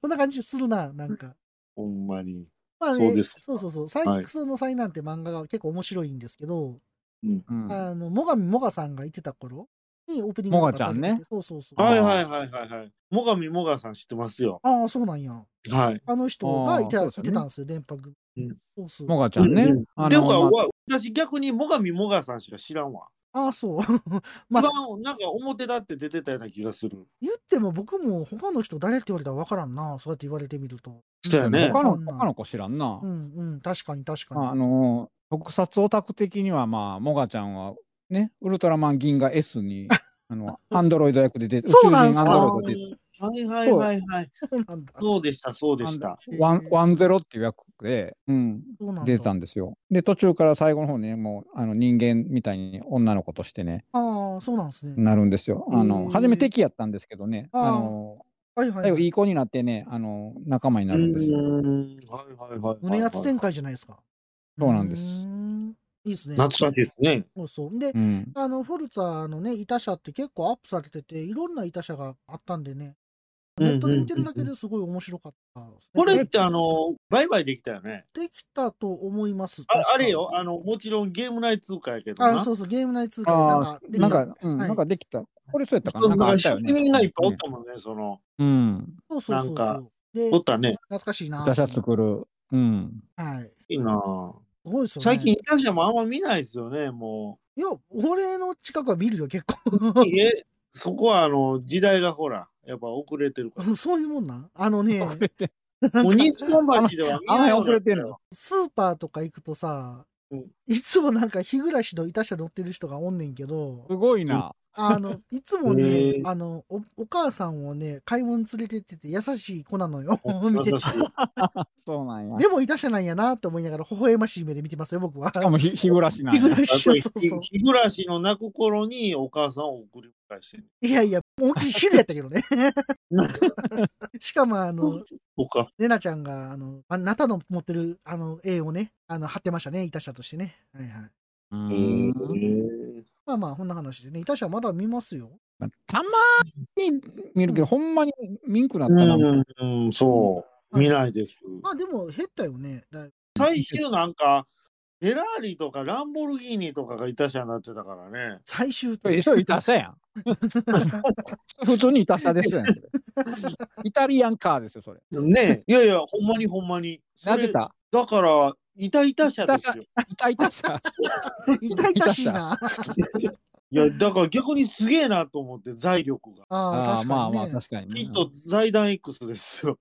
そんな感じするな、なんか。ほんまに。まあそうですそうそうそう。サイキックスの災難って漫画が結構面白いんですけど、うんあの、最上もがさんがいてた頃にオープニングとかされててもがちゃんねそうそうそう。はいはいはいはいはい。もがみもがさん知ってますよ。ああ、そうなんや。はい。あの人がいてあーそういですよねてたんですよ、電波組うん。そうそう。もがちゃんねう。あでもか、の、まわ私逆にもがみもがさんしか知らんわ。ああ、そう。 [LAUGHS] まあ一番なんか表立って出てたような気がする。言っても僕も他の人誰って言われたら分からんな。そうやって言われてみると。そうやね。他のそんな他の子知らんなう。んうん、確かに確かに。あの、特撮オタク的には、まあ、もがちゃんは、ね、ウルトラマン銀河 S [LAUGHS] に、あの、アンドロイド役で出て、宇そう宙人なアんンすかドロイドで出てはいはいはいはい。そうなんだ。そそうでした、そうでした。ワン、ワンゼロっていう役で、うん、うなんだ。出てたんですよ。で、途中から最後の方ね、もう、あの、人間みたいに女の子としてね、ああ、そうなんですね。なるんですよ。あへーの、初め敵やったんですけどね、あーあの、はいはい最後はいい。い子になってね、あの、仲間にうなるんですよ。ん。はいはいはい。胸圧展開じゃないですか。そうなんですーん。いいですね。懐かしいですね。そうそう。でう、ん。あの、フォルツァのね、いた社って結構アップされてて、いろんな板社があったんでね、ネットで見てるだけですごい面白かったですね、これってあの、売買できたよね。できたと思います。あ確かあれよ、あの、もちろんゲーム内通貨やけどな。あ、そうそう、ゲーム内通貨でなんあかできたあ、なんか、うん、はいなんかできた。これそうやったかそな。うなんかあったよ職ね。人がいっぱいおったもんね、その、うん。そうそうそうなそう。で、おったね。懐かしいな。打者作る。うん。はい。いいなぁすごいですよね。最近、いらっしゃもあんま見ないですよね、もいや、俺の近くは見るよ、結う。構。 [LAUGHS] いえ、そこはあの、時代がほら、やっぱ遅れてるから。そういうもんなんあの [LAUGHS] ね、遅れてもう日本橋では見あのない辺遅れてんの。スーパーとか行くとさ、うんいつもなんか日暮らしの板車乗ってる人がおんねんけどす、ごいな。あ [LAUGHS] の、いつもねへ、ーあのお、お母さんをね、買い物連れてってて優しい子なのよ。 [LAUGHS] 見てて私そうなんや。でも板車なんやなって思いながら、微笑ましい目で見てますよ、 [LAUGHS] 僕は。しかもひ日暮らしなん日や。暮らし、あとそう日そう。日暮らしの泣く頃にお母さんを送り迎えしてる。いやいや、大きい昼やったけ [LAUGHS] どね。 [LAUGHS] しかも、あの、そうか。レナちゃんが、あの、あなたの持ってる、あの、絵をね、あの、貼ってましたね、いたしゃとしてね。はいはい。へうんーまあまあ、こんな話でね、いたしゃまだ見ますよ。まあたまに見るけど、ほんまにミンクなったな。うん、うんそう。見ないです。まあでも、減ったよね。だいぶ最終なんか、フェラーリとかランボルギーニとかがいたしゃになってたからね。最終それ点。それイタ車 [LAUGHS] やん。普通にイタ車ですよね。イタリアンカーですよ、それ。ねえ、いやいや、ほんまにほんまに。そなれんてただから、いたいたしゃですよ。イタイタ車。 [LAUGHS] 痛々しいな。いや、だから逆にすげえなと思って、財力が。ああ、ああ確まかあにまあ、ね。確かにね。きっと財団 X ですよ。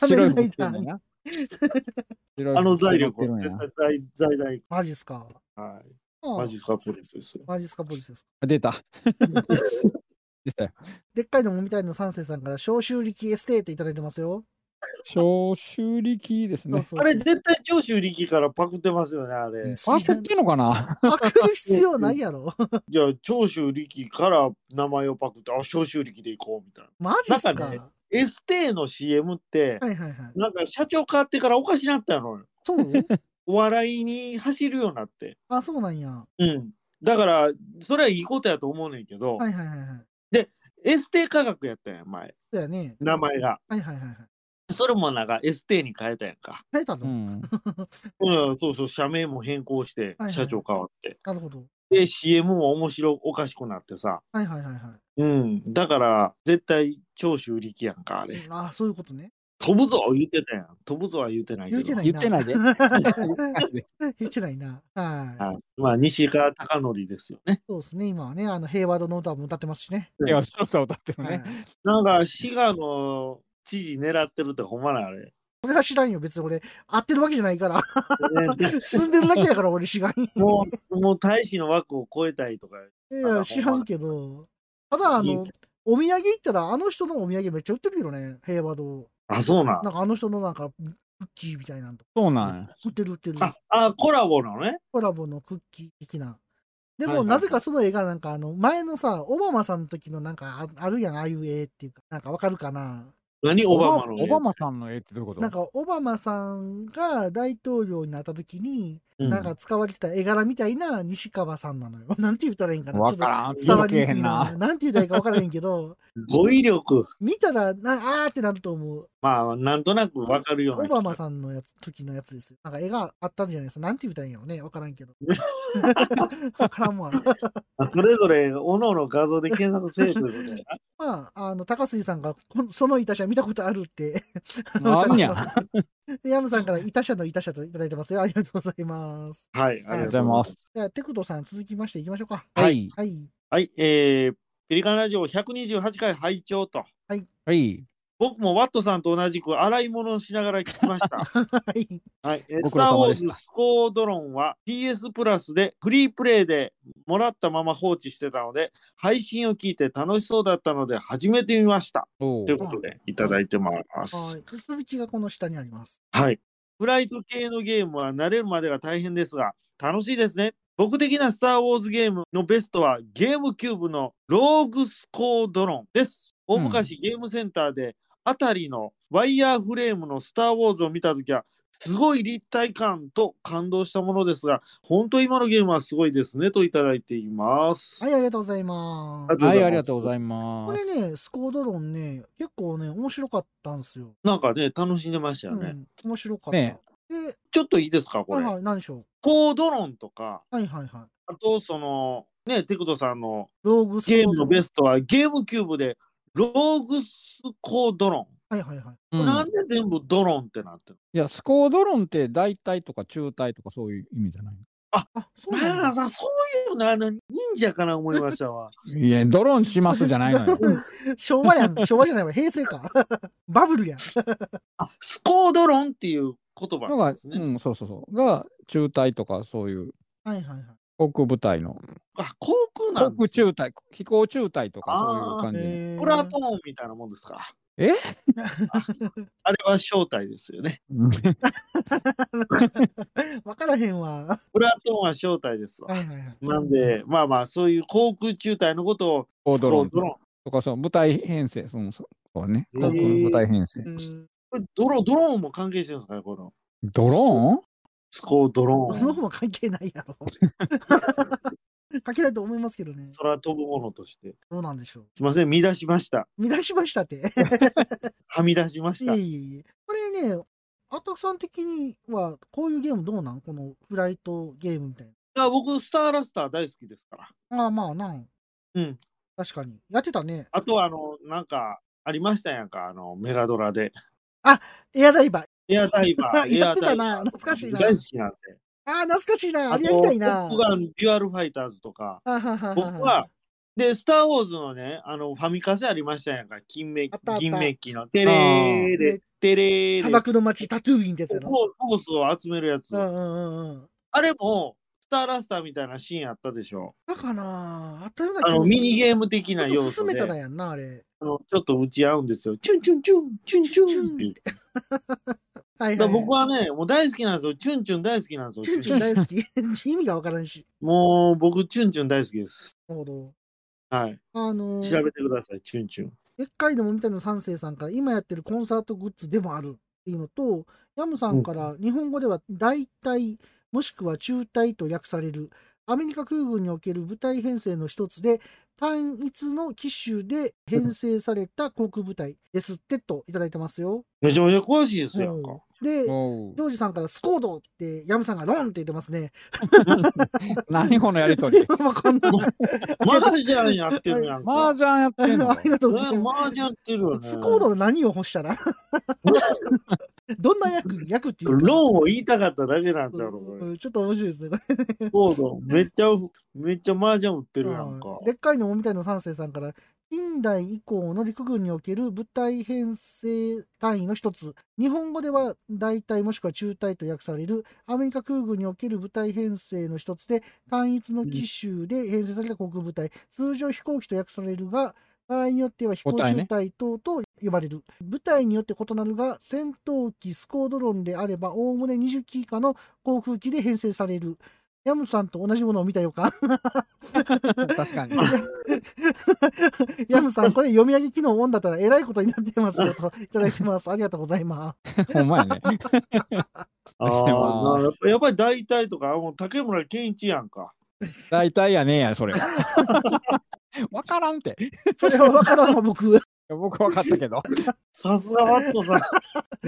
仮白い面ラ服着イてダんねんー。な。白い服あの財着て力るはんや絶対財財団 X。マジっすか。はい。ああマジスカプレスですよ。マジっすか、ポリスですか。な。[LAUGHS] 出た。出たよ。でっかいのもみたいの三世さんから、消臭力エステーっていただいてますよ。消臭力ですそうね。そうそうあれ、絶対長州力からパクってますよね、あれ。あ、こっちのかなパクる必要ない [LAUGHS] やろ。じゃあ、長州力から名前をパクって、あ、長州力で行こうみたいマジっすか。なんかねはな。エステの CM って、い [LAUGHS] はいはい。なんか社長変わってからおかしなったのよ。そうお笑いに走るようになって。あ、そうなんや。はうん。だから、それはいいことやと思うねんけど、いはいはいはい。エステ科学やったやん、前。そうやね。名前が。はいはいはいはい。それもなんかエステに変えたやんか。変えたの、うん。うん、そうそう、社名も変更していは、い社長変わって。なるほど。で、CM も面白おかしくなってさ。はいはいはいはい。うん、だから、絶対長州力やんか、あれ。ああ、そういうことね。飛ぶぞ言ってたやん。飛ぶぞは言ってないけど。言ってない言ってないで。 [LAUGHS] 言ってないな。はい。はいまあ、西川貴教ですよね。そうですね。今はね、あの、平和の歌も歌ってますしね。いや、そうそう歌ってるはいね。。なんか、滋賀の知事狙ってるってほんまなあれ。それは知らんよ。別に俺、会ってるわけじゃないから。 [LAUGHS] ね住んでるだけやから、俺、滋賀に。もう、 [LAUGHS] もう大使の枠を超えたいとか。いや、知らんけど。ただ、あいいの、お土産行ったら、あの人のお土産めっちゃ売ってるけどね、平和堂。あ、そうなんな。んか、あの人のなんか、クッキーみたいなのとかそうなんや。売ってる売ってる。あ、あ、コラボのね。コラボのクッキー的な。ではいも、はいなぜかその絵がなんか、あの、前のさ、オバマさんの時のなんかあ、あるやん、ああいう絵っていうか、なんかわかるかな何オバマの。オバマさんの絵ってどういうことなんか、オバマさんが大統領になった時に、うんなんか使われてた絵柄みたいな西川さんなのよ。 [LAUGHS] なんて言ったらいいんかなわからん。ちょっと伝わ伝りにけへくいんな。な。なんて言ったらいいかわからへんけど、語彙力。見たらな、あーってなると思う。まあ、なんとなくわかるようなオ気が。バマさんのやつ時のやつですよ。なんか絵があったんじゃないですか。なんて言ったらいいんやろね。わからんけ [LAUGHS] ど。わからんもん。あそれぞれ、おのおの画像で検索せえということやなまあ、あの、高杉さんが、こんそのいた社見たことあるって、あのおっしゃ [LAUGHS] っなんてや。ます。でヤムさんから、いた社のいた社といただいてますよ。ありがとうございます。はい、あありりががととうござういございまます。す。じゃあ、テクトさん、続きましていきましょうか。はい。はい。はい、えー、ペリカンラジオ128回拝聴と。はい。僕もワットさんと同じく洗い物をしながら聞きま [LAUGHS] した。はい。はい、えーごス苦タ労ー・ウォー様でしたズ・スコードロンは PS プラスでフリープレイでもらったまま放置してたので、配信を聞いて楽しそうだったので始めてみました。おうということで、いただいてます。はい続きがこの下にあります。はい。フライト系のゲームは慣れるまでが大変ですが、楽しいですね。僕的なスター・ウォーズゲームのベストはゲームキューブのローグスコードロンです。大昔、ゲームセンターであたりのワイヤーフレームのスター・ウォーズを見たときは、すごい立体感と感動したものですが、本当今のゲームはすごいですねといただいています。はい、ありがとうございまあすり。はい、ありがとうございこますれ。ね、スコードロンね、結構ね、面白かったんですよ。なんかね、楽しんでましたようね。ん、面白かった。ねで、ちょっといいですか、こはいれ。はい、何でしょう。コードロンとか、はいはいはい。あと、その、ね、テクトさんのローグスコゲーームドのロベン。ストはゲームキューブでローグスコードロン。はいはいはい。うんなんで全部ドロンってなってるいや、スコードロンって大体とか中体とかそういう意味じゃないあ、そのうななんんやだ。さそういうのあの忍者かな思いましたわ [LAUGHS] いや、ドロンしますじゃないのよ。 [LAUGHS] 昭和やん。昭和じゃないわ。平成か。 [LAUGHS] バブルやん。あスコードロンっていう言葉のなが、んですね、うん、そうそうそう。が、中体とかそういうはいはいはい。航空部隊の、あ航空な航んで空すね中隊、飛行中隊とかそういう感じの。えープラトーンみたいなもんですかえあれは正体ですよねうん [LAUGHS] わからへんわ。プラトーンは正体ですわはいはいはい。なんでまあまあそういう航空中隊のことをスコードロンスコードロン [LAUGHS] とか、そう、部隊編成、そのそうそうね、えー航空の部隊編成う。んこれドロドローンも関係してるんですかねこのドロスコードロそーのン方も関係ないやろ。 [LAUGHS] 関係ないと思いますけどね。空飛ぶものとしてどうなんでしょすいません見出しましたう。見出しましたって。はみ出しま [LAUGHS] しいたえいえいえ。これね、アタクさん的には、こういうゲームどうなんこのフライトゲームみたいいや僕、スターラスター大好きですから。な。ああ、まあなん。うん。確かに。やってたね。あとは、あの、なんか、ありましたやんか、あの、メガドラで。エアダイバー。エアダイバー、エ [LAUGHS] やアってダたイバー。な。懐かしいな。大好きなんで。ああ、懐かしいな。ああれとやりたいな。トップガン、デュアルファイターズとか。あはは僕は、で、スター・ウォーズのね、あの、ファミカセありましたやんか、金メあったあった銀メッキの、テレでーで、テレーで、砂漠の街タトゥーインってやつやフろ。ォースを集めるやつ。うんうんうんうん。あれも、スターラスターみたいなシーンあったでしょ。だからなあったようなあの、ミニーゲーム的なちょ要っと素進めで、たらあやんな、あれ。のちょっと打ち合うんですよ。チュンチュンチュン、チュンチュンっていう。はいだかはらい。僕はね、もう大好きなんですよ。チュンチュン大好きなんですよ。チュンチュン大好き。 [LAUGHS] 意味がわからんし。もう僕、チュンチュン大好きです。なるほど。はい。あの調ー、べてください、チュンチュン。でっかいのもみたいな三世さんから、今やってるコンサートグッズでもあるっていうのと、ヤムさんから、日本語では大体、もしくは中隊と訳される、アメリカ空軍における部隊編成の一つで、単一の機種で編成された航空部隊ですってといただいてますよ。めちゃめちゃ詳しいですやんうんか。で、ーンおうジョージさんからスコードって、ヤムさんがロンって言ってますね。 [LAUGHS] 何このやりとり。 [LAUGHS] もうこんな。マージャンやってるやんか。麻雀やっ [LAUGHS] てんのありがとうございねまマージャンやってるよね。す。スコードの何を欲したら [LAUGHS] どんな役役っていうかローンを言いたかっただけなんだろうう。んちょっと面白いですね。こスコード、めっちゃ、めっちゃマージャン売ってれるやんかうん。でっかいのもみたいの三世さんから、近代以降の陸軍における部隊編成単位の一つ。日本語では大隊もしくは中隊と訳される、アメリカ空軍における部隊編成の一つで、単一の機種で編成された航空部隊、通常飛行機と訳されるが、場合によっては飛行部隊ね中隊等と呼ばれる。部隊によって異なるが、戦闘機スコードロンであれば、おおむね20機以下の航空機で編成される。ヤムさんと同じものを見たよか。確かに。ヤムさん、これ読み上げ機能オンだったらえらいことになってますよといただいてます。ありがとうございます。 [LAUGHS] ほんまやね。ああー、やっぱり大体とか、もう竹村健一やんか。大体やねえや、それ [LAUGHS] は。わからんて。それは分からんわ、僕。僕わかったけど。さすがワットさん。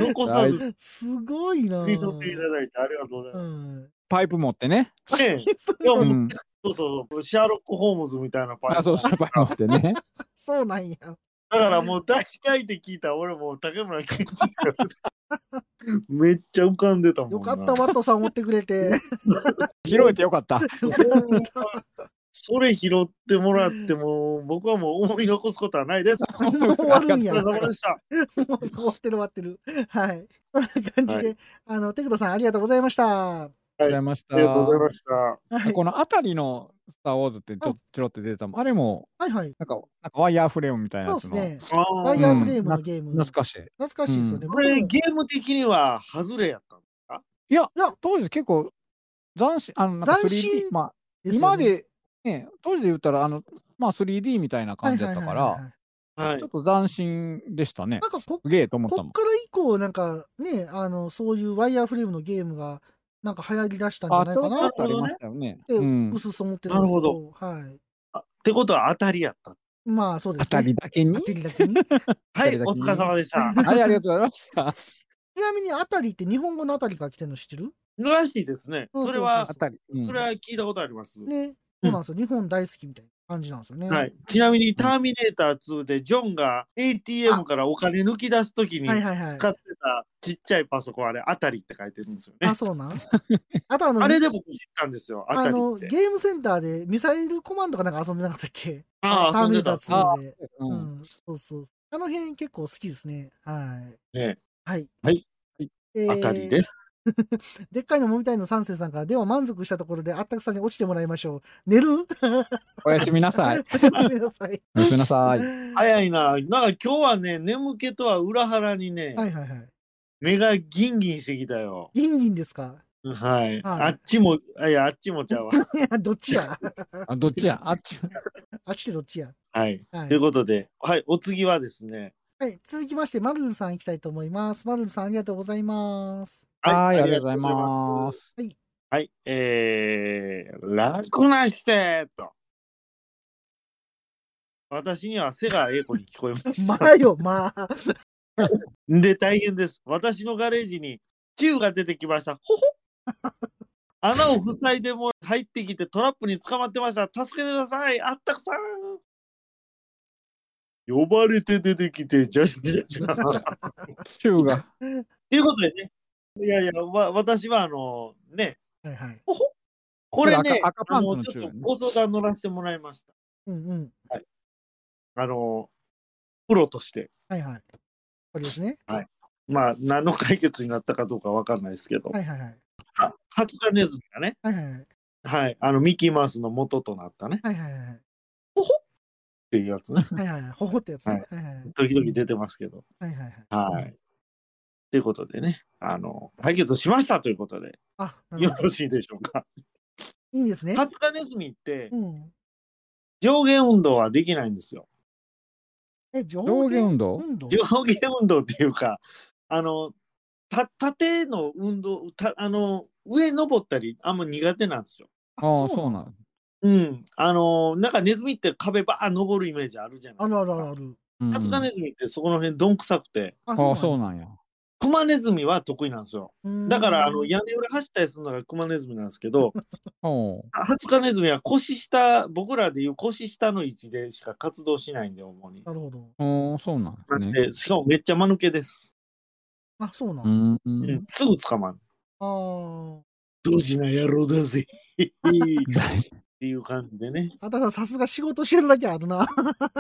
残さず、すごいなぁ聞い取っていただいてありがとうございまうん。パイプ持ってね。す。ねえいやう。もうんそうそうそう、シャーロック・ホームズみたいなパイあ、プ。そう、だパイプ持ってね。そうなんや。からもう大体って聞いたら俺もう竹村健一がめっちゃ浮かんでたもんな。よかった、ワットさん追ってくれて。拾えてよかった。ほんまそれ拾ってもらっても、僕はもう思い残すことはないです。もう終わるんおや。疲もれう様でした。終わってる終わってる。はい。そんな感じで、あの、テクトさんありがとうございました。ありがとうございましありがとうございた。ました。この辺りのスター・ウォーズってちうょんちょろって出てたもんあれも、はいはい。なんか、なんかワイヤーフレームみたいなそうやでつすの。ね。あファイーヤーフレームのゲーム。懐かしい。懐かしいですよね。これゲーム的には外れやったの。当時結構、斬新、あの、なんか斬新 3D、まあ、僕今すよねで、ね、当時で言ったら、あの、まあ 3D みたいな感じだったかはいはいはいはら、いはちいょっ。と斬新でしたねな。んかこすげえと思ったこっもん。から以降、なんかね、あの、そういうワイヤーフレームのゲームが、なんか流行り出したんじゃあ、ないちょかっなっとありましたよね。て、うんう。すうす思ってたんですけなるど、はい。あってことは当たりやった。まあ、そうで当すね。たりだけに。当たりだけに。 [LAUGHS] は二い、人だおけ疲れ様でした。はい、ありがとうございました。ちなみに、当たりって日本語の当たりから来てるの知ってるらしいですね。そうそうそうそれはあ、たり。うんそれは聞いたことあります。ね。そうなんですよ。日本大好きみたいな感じなんですよね。はい、ちなみに、ターミネーター2で、ジョンが ATM からお金抜き出すときにはいはいはい使ってたちっちゃいパソコン、あれ、あたりって書いてるんですよねあ、。そうなん [LAUGHS] あとあの、あれで僕知ったんですよ、あたありの、って。ゲームセンターでミサイルコマンドかなんか遊んでなかったっけあターあ、遊んミネでータた。ー2で。う。うんん、そうそう。あの辺結構好きですね。はい。ねはい。はい。えーあたりです。でっかいのもみたいの三世さんから、では満足したところであったくさんに落ちてもらいましょう。寝るおやすみなさおい。やすみなさい。おやすみなさい。はい早いな。なんか今日はね、眠気とは裏腹にね、はいはい。目がギンギンしてきたよ。ギンギンですか [LAUGHS] はい。あっちも、いや、あっちもちゃうわ。いやどっちや [LAUGHS] あ、どっちやあっち。あっちでどっちやはい。はいという。ことで、はい、お次はですね。。はい、続きまして、マルルンさん行きたいと思います。マルルンさんありがとうございます。はい、ありがとうございますす。はい、えー、楽な姿勢と。私には瀬川栄子に聞こえま [LAUGHS] す。まあよ、まあ。で、大変です。私のガレージに、チューが出てきました。 [LAUGHS] ほほ穴を塞いでも入ってきてトラップに捕まってました。助けてください。あったくさん。呼ばれて出てきて、じゃじゃじゃじゃ。チューが。ということでね、いやいや、わ私はあの、ね、はいはい。これそれね、赤赤パンツのあちょっ中とご相談乗らせてもらいました。うんうん。あの、プロとして。はいはい。これですね。まあ、何の解決になったかどうかわかんないですけど、はいはいはい。はハツカネズミがね、はいはいはい。はい、あの、ミッキーマウスの元となったね、はいはいはい。っていうや [LAUGHS] つね、はいはいはい。ほほってやつね。はいはいはい。時々出てますけど、はいはいはい。はい。ということでね、あの、解決しましたということで、あ、なるよほど。ろしいでしょうか。いいんですね。ハツカネズミってう、ん。上下運動はできないんですよ。え、上上下下運動運動上下運動っていうか、あの、た縦の運動た、あの、上登ったり、あんま苦手なんですよ。ああ、そうそうなの。うん。あの、なんかネズミって壁ばー登るイメージあるじゃないあるあるあるある。うんハツカネズミってそこの辺どんくさくて、あああ、そうななんや。クマネズミは得意なんですよ。んだから、あうの、ん屋根裏走ったりするのがクマネズミなんですけど、おうハツカネズミは腰下、僕らでいう腰下の位置でしか活動しないんで、主に。なるほど。おう、そうなんでなすんね。で、しかもめっちゃ間抜けです。あ、そうな。うんん。ううん [LAUGHS] ん、すぐ捕まる。あードジな野郎だぜ。っていう感じでね。あ。ただ、さすが仕事してるだけあるな。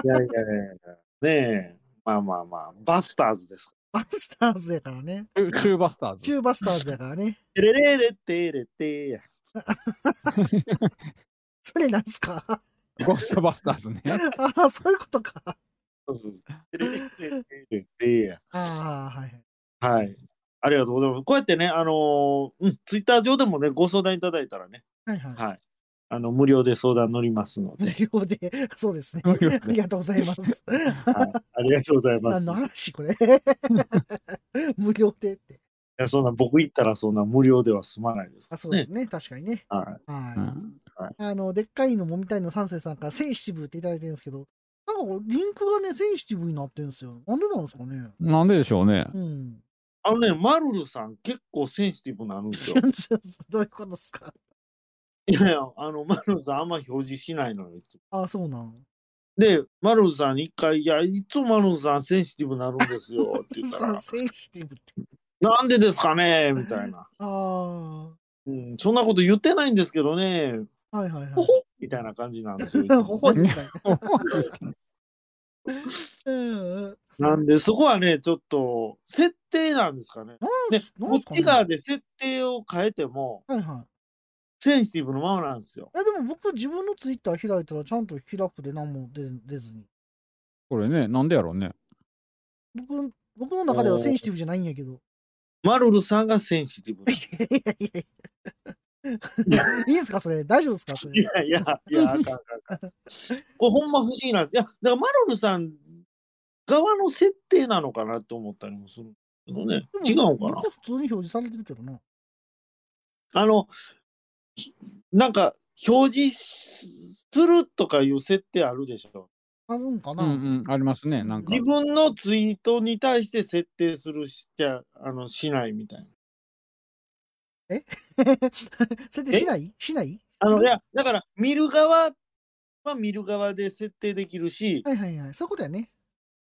いやいやいやいや。ねえ。まあまあまあ、バスターズです。バスターズやからね。チューチューバスターズ。中バスターズやからね。 [LAUGHS] テレレレテレテや。それなんすか [LAUGHS] [LAUGHS] ゴーストバスターズね。ああ、そういうことか。そうそうテレレレテレテや。ああ、はいはい。はい。ありがとうございます。こうやってね、あのーうん、ツイッター上でもね、ご相談いただいたらね、はいはい。はい。あの、無料で相談乗りますの無で、料で、そうですね。無料でありがとうございます。はい、ありがとうございます。何のい話これ [LAUGHS] 無料でって。や、そんな、僕行ったらそんな無料では済まないです。あそうですね確かにね。はい。はうい、んあの、でっかいのもみたいの三世さんからセンシティブっていただいてるんですけど、なんかこれリンクがね、センシティブになってるんですよ。なんでなんですかね。なんででしょうね。うん。あのね、マルルさん結構センシティブなんですよ。 [LAUGHS] どういうことですかいやいや、あの、マルルさんあんま表示しないのよ。いつもああ、そうなん。で、マルルさんに一回、いや、いつもマルルさんセンシティブになるんですよっ [LAUGHS] て言ったさら、センシティブって。なんでですかねみたいな、あうん。そんなこと言ってないんですけどね、あ、はいはいはほい。ほみたいな感じなんですよ。いつ [LAUGHS] ほほもねみたいうんうん。なんで、そこはね、ちょっと、設定なんですかね。なんねす、なこんっすかちね側で設定を変えても、はいはい。センシティブのままなんですよ。え、でも僕自分のツイッター開いたらちゃんと開くで何も出出ずに。これね、なんでやろうね。僕、僕の中ではセンシティブじゃないんやけど。マルルさんがセンシティブ [LAUGHS] な。いやいやいや。 [LAUGHS] いいですかそれ大丈夫ですかそいれ。やいや、いや、あかんあかんあかん。これほんま不思議なんです。いや、だからマロルさん側の設定なのかなって思ったりもするけどね。違でうものかな僕は普通に表示されてるけどな。あの、ひなんか、表示するとかいう設定あるでしょ。あるんかうな、ん [LAUGHS] うん、ありますね。なんか自。分のツイートに対して設定するしちゃ、あの、しないみたいな。設定しないしないあの、いや、だから、見る側は見る側で設定できるし、はいはいはい。そういうことやね。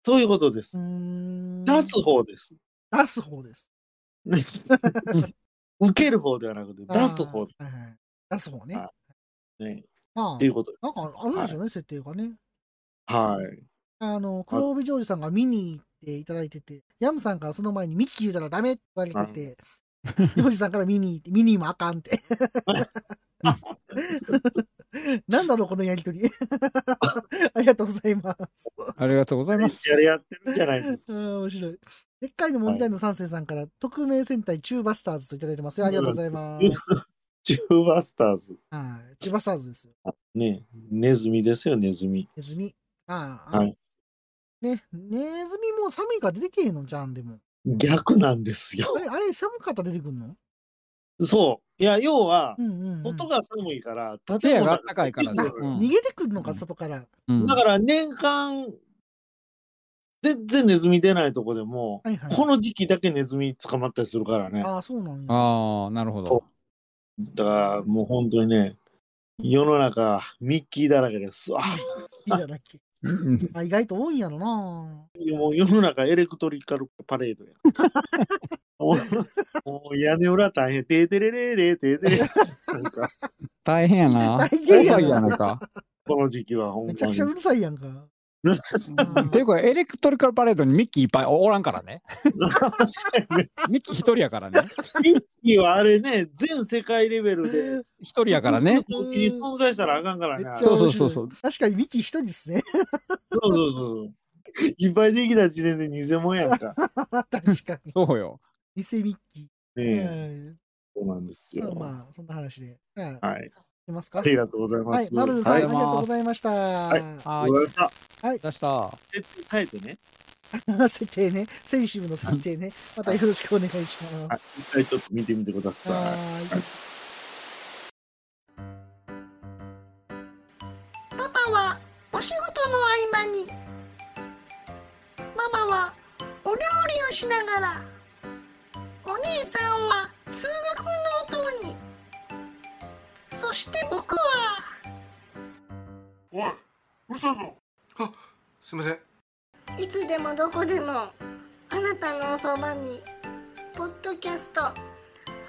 そういうことでうすー。ん。出す方です。出す方です。受ける方ではなくて、出す方であーはいはい。出す方ね。はすね。まあってい、うことでなんかあるんでしょうね、設定がね。す。はい。あの、黒帯ジョージさんが見に行っていただいてて、ヤムさんからその前にミッキー言うたらダメって言われ [LAUGHS] てて、ジョージさんから見に行って、見にもあかんって。なんだろう、このやりとり。 [LAUGHS] ありがとうございます。ありがとうございます。やり合ってるじゃない [LAUGHS] ですか。うん面白い。でっかいの問題の三世さんから、匿名戦隊チューバスターズといただいてますよ。ありがとうございます。チューバスターズ。はい。チューバスターズですよ。ねネズミですよ、ネズミ。ネズミ。ああ、はいね、ネズミも寒いから出てけえのじゃん、でも。逆なんですよあ。れ、あれ寒かったら出てくんのそう。いや、要はう、んうん、うん。外が寒いから、部建屋物があったかいからね。そう逃げてくるのか、うん外から。うんだから年間、全然ネズミ出ないとこでも、はいはい。この時期だけネズミ捕まったりするからね。ああ、そうなんや。ああ、なるほどそ。だからもう本当にね、世の中、ミッキーだらけですわ。いいじゃなきうんあ意外と多いんやろな。もう世の中エレクトリカルパレー [LAUGHS] ドや。もうもう屋根裏大変、てーてれれれ、てーてれれ。なんか、 [LAUGHS] 大変やな。大変やなうるさいやないか。この時期はほんまめにちゃくちゃうるさいやんか。うんっていうか、エレクトリカルパレードにミッキーいっぱいおらんからね。ミッキー一人やからね。ミッキーはあれね、全世界レベルで、一人やか [LAUGHS] らね。時に存在したらあかんからめっちねゃ。あれそうそうそうそう面白い確かにミキ一人ですね。 [LAUGHS] そうそうそうそう。いっぱいできた時点で偽物やん [LAUGHS] か。確かに。 [LAUGHS] そうよ。偽ミッキー。ねえ、うんそうなんですまあよ。まあ、そんな話で。はい。いはい。けますかありがとうございまはいす。。マルルさん、はあいりがとうございました。いははございまい。した。い。出した。絶対変えてね。設定 [LAUGHS] ね。センシブの設定ね。またよろしくお願いしまはいす。。一回ちょっと見てみてください。はーい。パパはお仕事の合間にママはお料理をしながらお姉さんは通学のお供にそして僕はおい、うるさいぞ。あ、すみません。いつでもどこでもあなたのおそばにポッドキャスト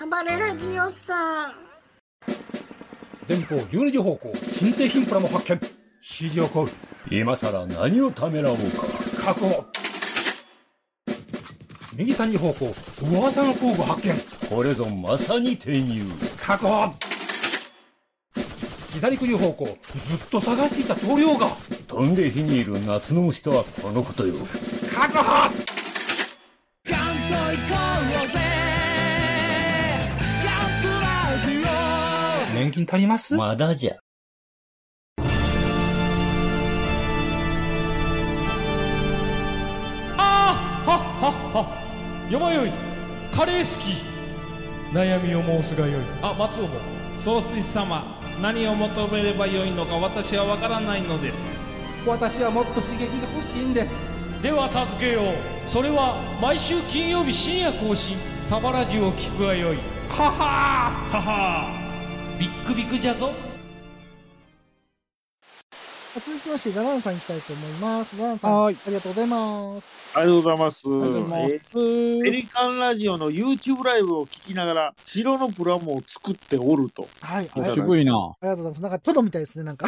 暴れラジオさん前方12時方向新製品プラも発見 CG を買う今さら何をためらおうか確保右3時方向噂の工具発見これぞまさに転入確保左9時方向ずっと探していた塗料が飛んで火にいる夏の虫とはこのことよ確保年金足りますまだじゃあーはっはっは山よいカレー好き悩みを申すがよいあ松尾も総帥様何を求めればよいのか私は分からないのです私はもっと刺激が欲しいんですでは授けようそれは毎週金曜日深夜更新サバラジオを聞くがよいははーははービックビックじゃぞ続きまして、ラランさん行きたいと思います。ラランさん、あはりいがとうございます。ありがとうございます。ありがとうございますえーペリカンラジオの YouTube ライブを聞きながら、城のプラモを作ってお [LAUGHS] ると。はい、あはりがとう渋いな。ございます。なんか、トドみたいですね、なんか。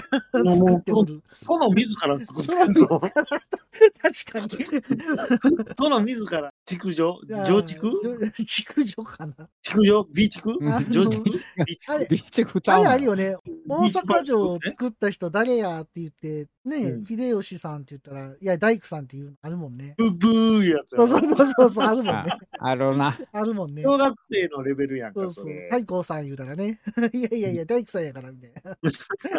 [LAUGHS] もう作っておる。殿自ら作ってるの。確かに。 [LAUGHS] 殿自ら、築城上築 [LAUGHS] 畜女かな。築城備蓄うんあの上 [LAUGHS] 築備あれ蓄ビーチクちあゃうれのあるよね。大阪城をね作った人誰やって言って、ね、うん秀吉さんって言ったら、いや、大工さんっていうのあるもんね。ブブーやつそやうそうそうそうそう、あるもんねあ。あ [LAUGHS] るな。あるもんね。小学生のレベルやんそか、うそそう。れ。太閤さん言うたらね。 [LAUGHS] いやいやいや、大工さんやからみたいな。 [LAUGHS]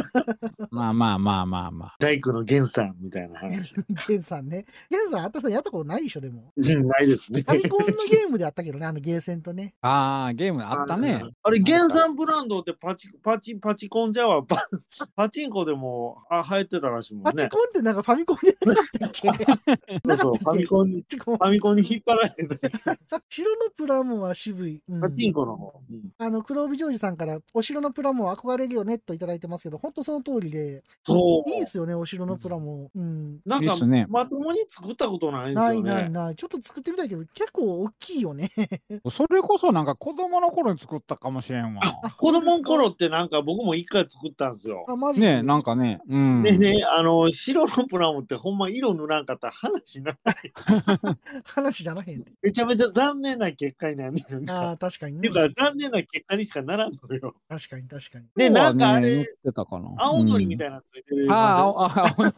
まあまあまあまあまあ。大工の源さんみたいな [LAUGHS] 話。源さんね。源さん、あったさんやったことないでしょ、でも。うんないですねフ。ァミコンのゲームであったけどね、あのゲーセンとね。ああ、ゲームあったね。あれ、原 [LAUGHS] 産ブランドってパチ、パチ、パチコンじゃわ、パパチンコでも、あ、流行ってたらしいもんパねチ。コンってなんかファミコンでなかったっけそなうかそうったっファけミコンに、パチコンファミコンに引っ張られて、城のプラモは渋い。うんパチンコの方。うんあの、黒帯ジョージさんから、お城のプラモ憧れるよねといただいてますけど、本当その通りで、そう。いいですよね、お城のプラモ。うん。なんいいかっすね、まともに作ったことないんですなよいないね。ない。ちょっと作ってみたいけど、結構大きいよね。 [LAUGHS] それこそなんか子供の頃に作ったかもしれんわ。子供の頃ってなんか僕も一回作ったんですよ。あ、マジねでえ、なんかね。うん。でね、あの、白のプラモってほんま色塗らんかったら話にならない。話じゃなへんね。めちゃめちゃ残念な結果になるんだよね。ああ、確かにってねいう。か、残念な結果にしかならんのよ。確かに確かに。で、なんかあ言れ、ってたかな。青のりみたいいなのついてる。な。ああ、青のり。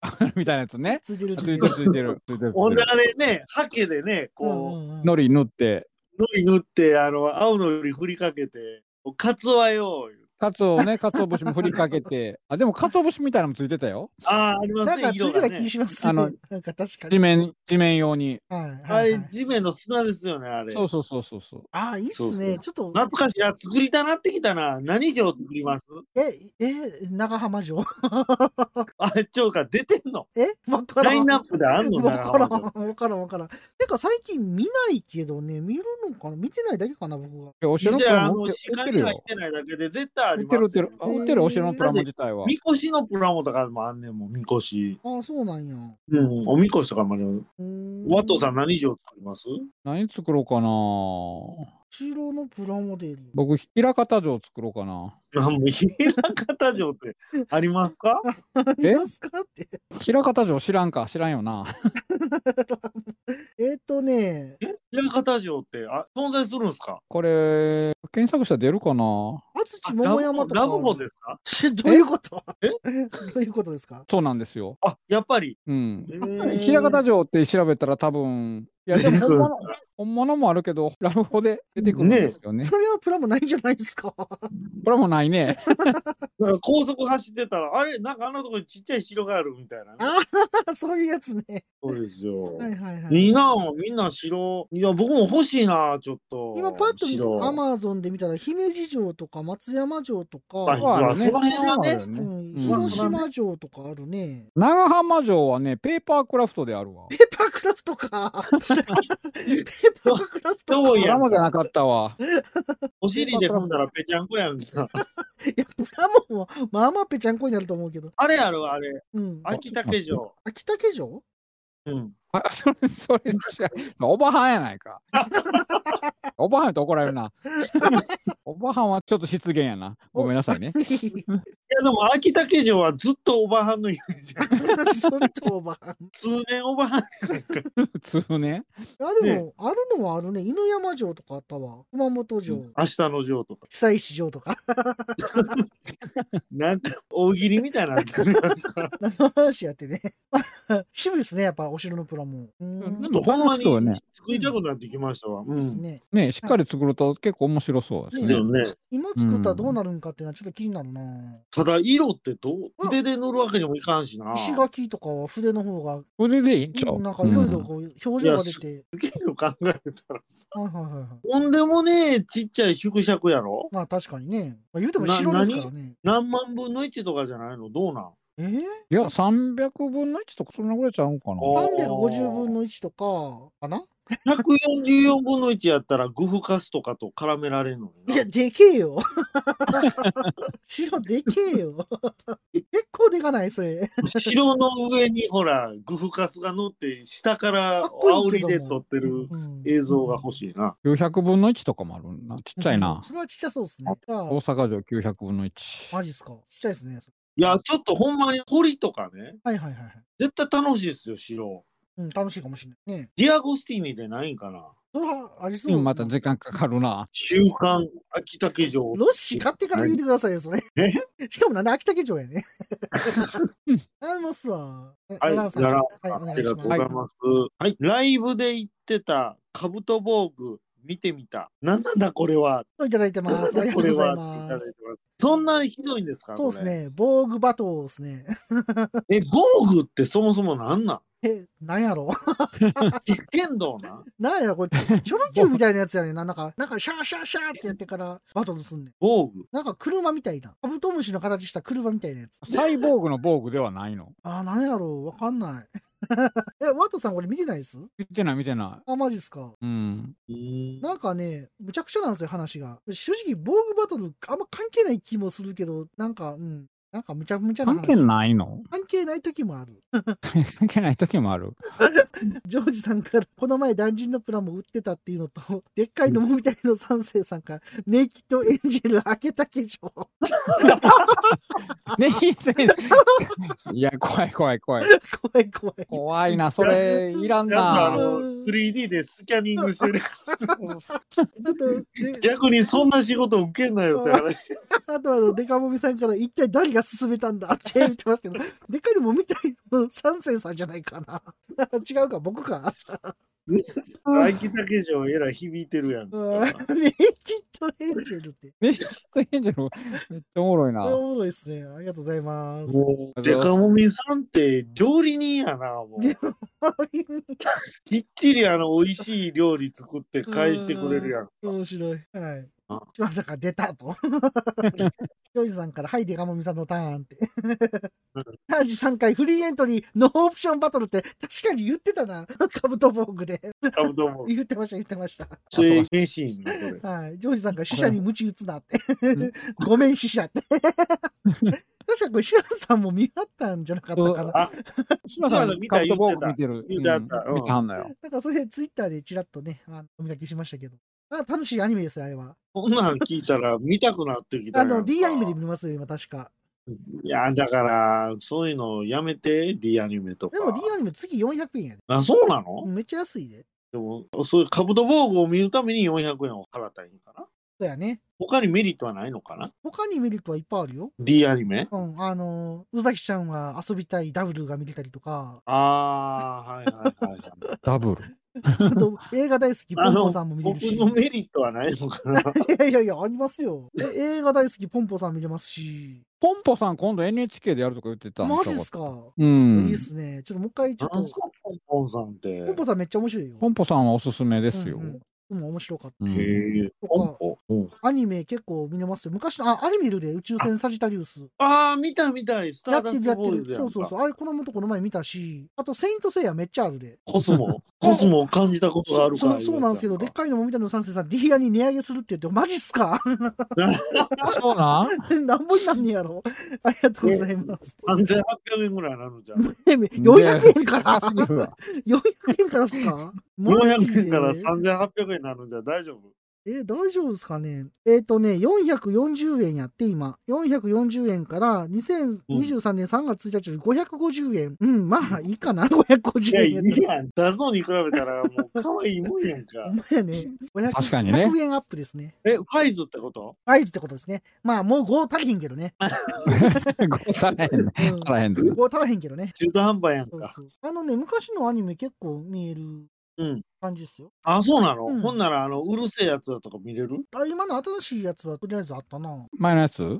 青のりみたいなやつ [LAUGHS] ね。ついてるつついいててるる。ついてる。ついてる。ほんであれね、ハケでね、うんこうんうんのり塗って、う、のり塗って、あの、青のり振りかけて、カツワよ。かつおね、かつお節も振りかけて、あ、でもかつお節みたいなのもついてたよ。ああ、ありまなんすねか、つ色いてがた気ね。しますあのね。 [LAUGHS] なんか確か地に。面、地面用に。はいあはいれはい、地面の砂ですよね、あれ。そうそうそうそうそう。ああ、いいっすね。ちょっと、懐かしい。あ、作りたなってきたな。何城作りますえ、え、長浜城あ、城か、出てんのえわからん。ラインナップであんのわなからん、わからん、わからん。てか最近見ないけどね、見るのかな見てないだけかな、僕は。えお実城のプはあラモの、売って売っ鹿てにる入っよ。てないだけで絶対あ売りってまる売っすてよる。。あ売ってるお城のプラモ自体は。みこしのプラモとかもあんねんもん、みこし。ああ、そうなんや。うん、おみこしとかもあるよ。ワワトさん何城作ります何作ろうかな白のプラモデル。僕、平方城作ろうかな。あ、もう、平方城ってありますかありますかって。平方城知らんか知らんよな。 [LAUGHS] えっとね、平方城ってあ存在するんですかこれ、検索したら出るかな安土桃山とか。ラブホですか [LAUGHS] どういうことえ [LAUGHS] どういうことですかそうなんですよ。あ、やっぱり。うん。平平方城って調べたら多分、いや、で [LAUGHS] も本物本物もあるけど、ラブホで出てくるんですよね。それはプラモないんじゃないですか [LAUGHS] これもないね。高速走ってたら、あれ、なんかあのとこにちっちゃい城があるみたいな、ね。そういうやつね。そうですよ。はいはいはい。みんな、みんな城。いや、僕も欲しいな、ちょっと。今パッ城とアマゾンで見たら姫路城とか松山城と [LAUGHS] あか、まあその辺はねそううなのよねん、広島城とかあるね。長浜城はね、ペーパークラフトであるわ。ペーパークラフトか。ペーパークラフトそか。いうドやや、ラマじゃなかったわ。お尻で踏んだらぺちゃんこやんか。プラモンはまあまあぺちゃんこになると思うけど。 [LAUGHS] あれあるわあれ。うん。秋竹城。秋竹城 [LAUGHS] うん。あ、それ、それ、じゃおばはんやな [LAUGHS] いか。おばはんやと怒られるな。おばはんはちょっと失言やな。ごめんなさいね。いや、でも秋竹城はずっとおばはんのイメージ。 [LAUGHS] ずっとおばあ数年おばはん。普通ね。でも、あるのはあるね。犬山城とかあったわ。熊本城、明日の城とか。久石城とか。なんか大喜利みたいなの作るやんか。何の話やってね。 [LAUGHS] 渋いですね、やっぱお城のプラモン。うんでも楽しそうよね。作りたくなってきましたわ。うですん。ね、ね、しっかり作ると結構面白そうでですすねよ。ね。今作ったらどうなるんかっていうのはちょっと気になるな、ただ色ってどううん筆で塗るわけにもいかんしな。石垣とかは筆の方がこれでいいんちゃうなんかいろいろこう表情が出て、色考えたらさ。はいはいはいはいとんでもねえちっちゃい縮尺やろまあ確かにね。まあ、言うてもな白ですからね。何万分の1とかじゃないのどうなんえー、いや、300分の1とかそんなぐらいちゃうんかな。お ?350 分の1とか、かな ?144 分の1やったらグフカスとかと絡められるのいにや、でけえよ。 [LAUGHS] 白でけえよ。結構でかない、それ。な。城の上にほら、グフカスが乗って、下からかっこ煽いいけりどで撮ってるうん映像が欲しいな。 900分の1とかもあるな。ちっちゃいな。それはちっちゃそうですね。じゃ大あ、阪城900分の1。マジっすか。ちっちゃいですね。いや、ちょっとほんまに堀とかね、はいはいはいはい。絶対楽しいですよ、城。うん、楽しいかもしれないね。ディアゴスティーニでないんかな。それはありそう今また時間かかるな。週刊秋竹城。ロッシー買ってから言ってくださいよ、それ。しかもなんで秋田県庁やね。 [LAUGHS] ありますわ。はい、長野さんならいあお願りいしがとますうございます。はい、ライブで行ってたカブト防具見てみた。なんなんだこれは。いただいてます。ありがと [LAUGHS] こうれございはます。いただいてますそんなひどいんですかそうですこれね。防具バトルですね。 [LAUGHS] え、防具ってそもそもなんなんえ、なんやろ [LAUGHS] 一見どうななんやろこれ、チョロ Q みたいなやつやねんな。なんか、なんか、シャーシャーシャーってやってからバトルすんねん。防具なんか車みたいな。カブトムシの形した車みたいなやつ。サイボーグの防具ではないの。あー、なんやろわかんない。 [LAUGHS] え、ワトさんこれ見てないです見てない見てなあ、マジっすか。い。うん。うんなんかね、むちゃくちゃなんですよ、話が。正直、防具バトル、あんま関係ない気もするけど、なんか、うん。なんかむちゃむちゃな関話。係ないの [LAUGHS] 関係ない時もある。関係ない時もある。ジョージさんから、この前、ダンジンのプラも売ってたっていうのと、でっかいのもみたいの三世さんから、ネイキッドエンジェル開けた化粧。ねいや、怖い怖い怖い。怖い怖い。怖いな、それ、いらんなんかあな。の 3D でスキャニングして [LAUGHS] るあと、で逆にそんな仕事受けんなよって話あとあの、デカモミさんから、一体誰が進めたんだって言ってますけど、でっかいのもみたいの三世さんじゃないかな。 [LAUGHS] 違うか、僕か。秋田化粧えらい響いてるやんうんかネイキッドエンジェルって。めっちゃいいんじゃろめっちゃおもろいな。おもろいですね。ありがとうございます。 [LAUGHS] デカモミさんって料理人やなもうきっちりあの美味しい料理作って返してくれるやん面白い。はいあ。まさか出た [LAUGHS] と。ジョージさんから、はい、デカモミさんのターンって。ハージ3回、フリーエントリー、ノーオプションバトルって、確かに言ってたな。カブトボーグで。多分どうも言ってました、言ってました。制限シーンのそれはい。ジョージさんが死者に鞭打つなって。ごめん、死者 [LAUGHS] って。確かこれ、シアさんも見張ったんじゃなかったかな。あ島島ささん、ん見カたットボーグ見てる。言うてあったううんん見てはんのよ。なんかそれツイッターでちらっとね、あのお見かけしましたけど。あ楽しいアニメですよ、あれは。こんなん聞いたら見たくなってきたあやんかの、D アニメで見ますよ、今確か。いやだからそういうのやめて D アニメとかでも D アニメ次400円やね。あそうなの、めっちゃ安いで。でもそういうカブト防具を見るために400円を払ったらいいのかなそうやね。他にメリットはないのかな他に見るとはいっぱいあるよ。 ?D アニメうん、あの、宇崎ちゃんは遊びたいダブルが見れたりとか、ああーはいはいはいはい。ダブル。あと映画大好きポあンのポさんも見れる [LAUGHS] 僕し。のメリットはないのかないやいやいや、ありますよ。え映画大好きポンポさん見れますし。ポンポさん、今度 NHK でやるとか言ってたんマジっすかか、うんいいっ。すね。ちょっともう一回、ちょっなんすと、かポンポンさんって。ポンポさんめっちゃ面白いよ。ポンポさんはおすすめですようん。うんでも面白かった。うんへえ。ポンポ。うんアニメ結構見れますよ。昔の、あ、アニメルで宇宙船サジタリウス。ああ、見た見たい。スタやっーてダるスやトってボーイる。ズやそんうかそうそう。あれ、このもとこの前見たし、あと、セイントセイヤめっちゃあるで。コスモ。 [LAUGHS] コスモを感じたことがあそるうかそうそうなんですけど、でっかいのもみたいな三世さん、ディアに値上げするって言って、マジっすかそうなんなんぼになんねやろ。ありがとうござい [LAUGHS] ます。 3800円ぐらいなのじゃ [LAUGHS] ん。え、400円から [LAUGHS] 高すぎるわ ?400 円からっすかマジ400で円から3800円なのじゃ大丈夫。え、大丈夫ですかねえっ、とね、440円やって、今。440円から、2023年3月1日より550円。うん、まあ、いいかな、い550や、円いやったいら。やん。ダゾーンに比べたら、もう、可愛いもんやんほかん。まやね。500確かにね100円アップですね。 [LAUGHS] え、ファイズってこと合図ってことですね。まあ、もう5足りへんけど [LAUGHS] ね。ごたらへん。うん、たらへん。 5足らへんけどね。中途販売やんそうか。そうあのね、昔のアニメ結構見えるうん感じですよ。あ、そうなの、うんほんなら、あの、うるせえやつだとか見れるあ今の新しいやつはとりあえずあったな。前のやつ前のや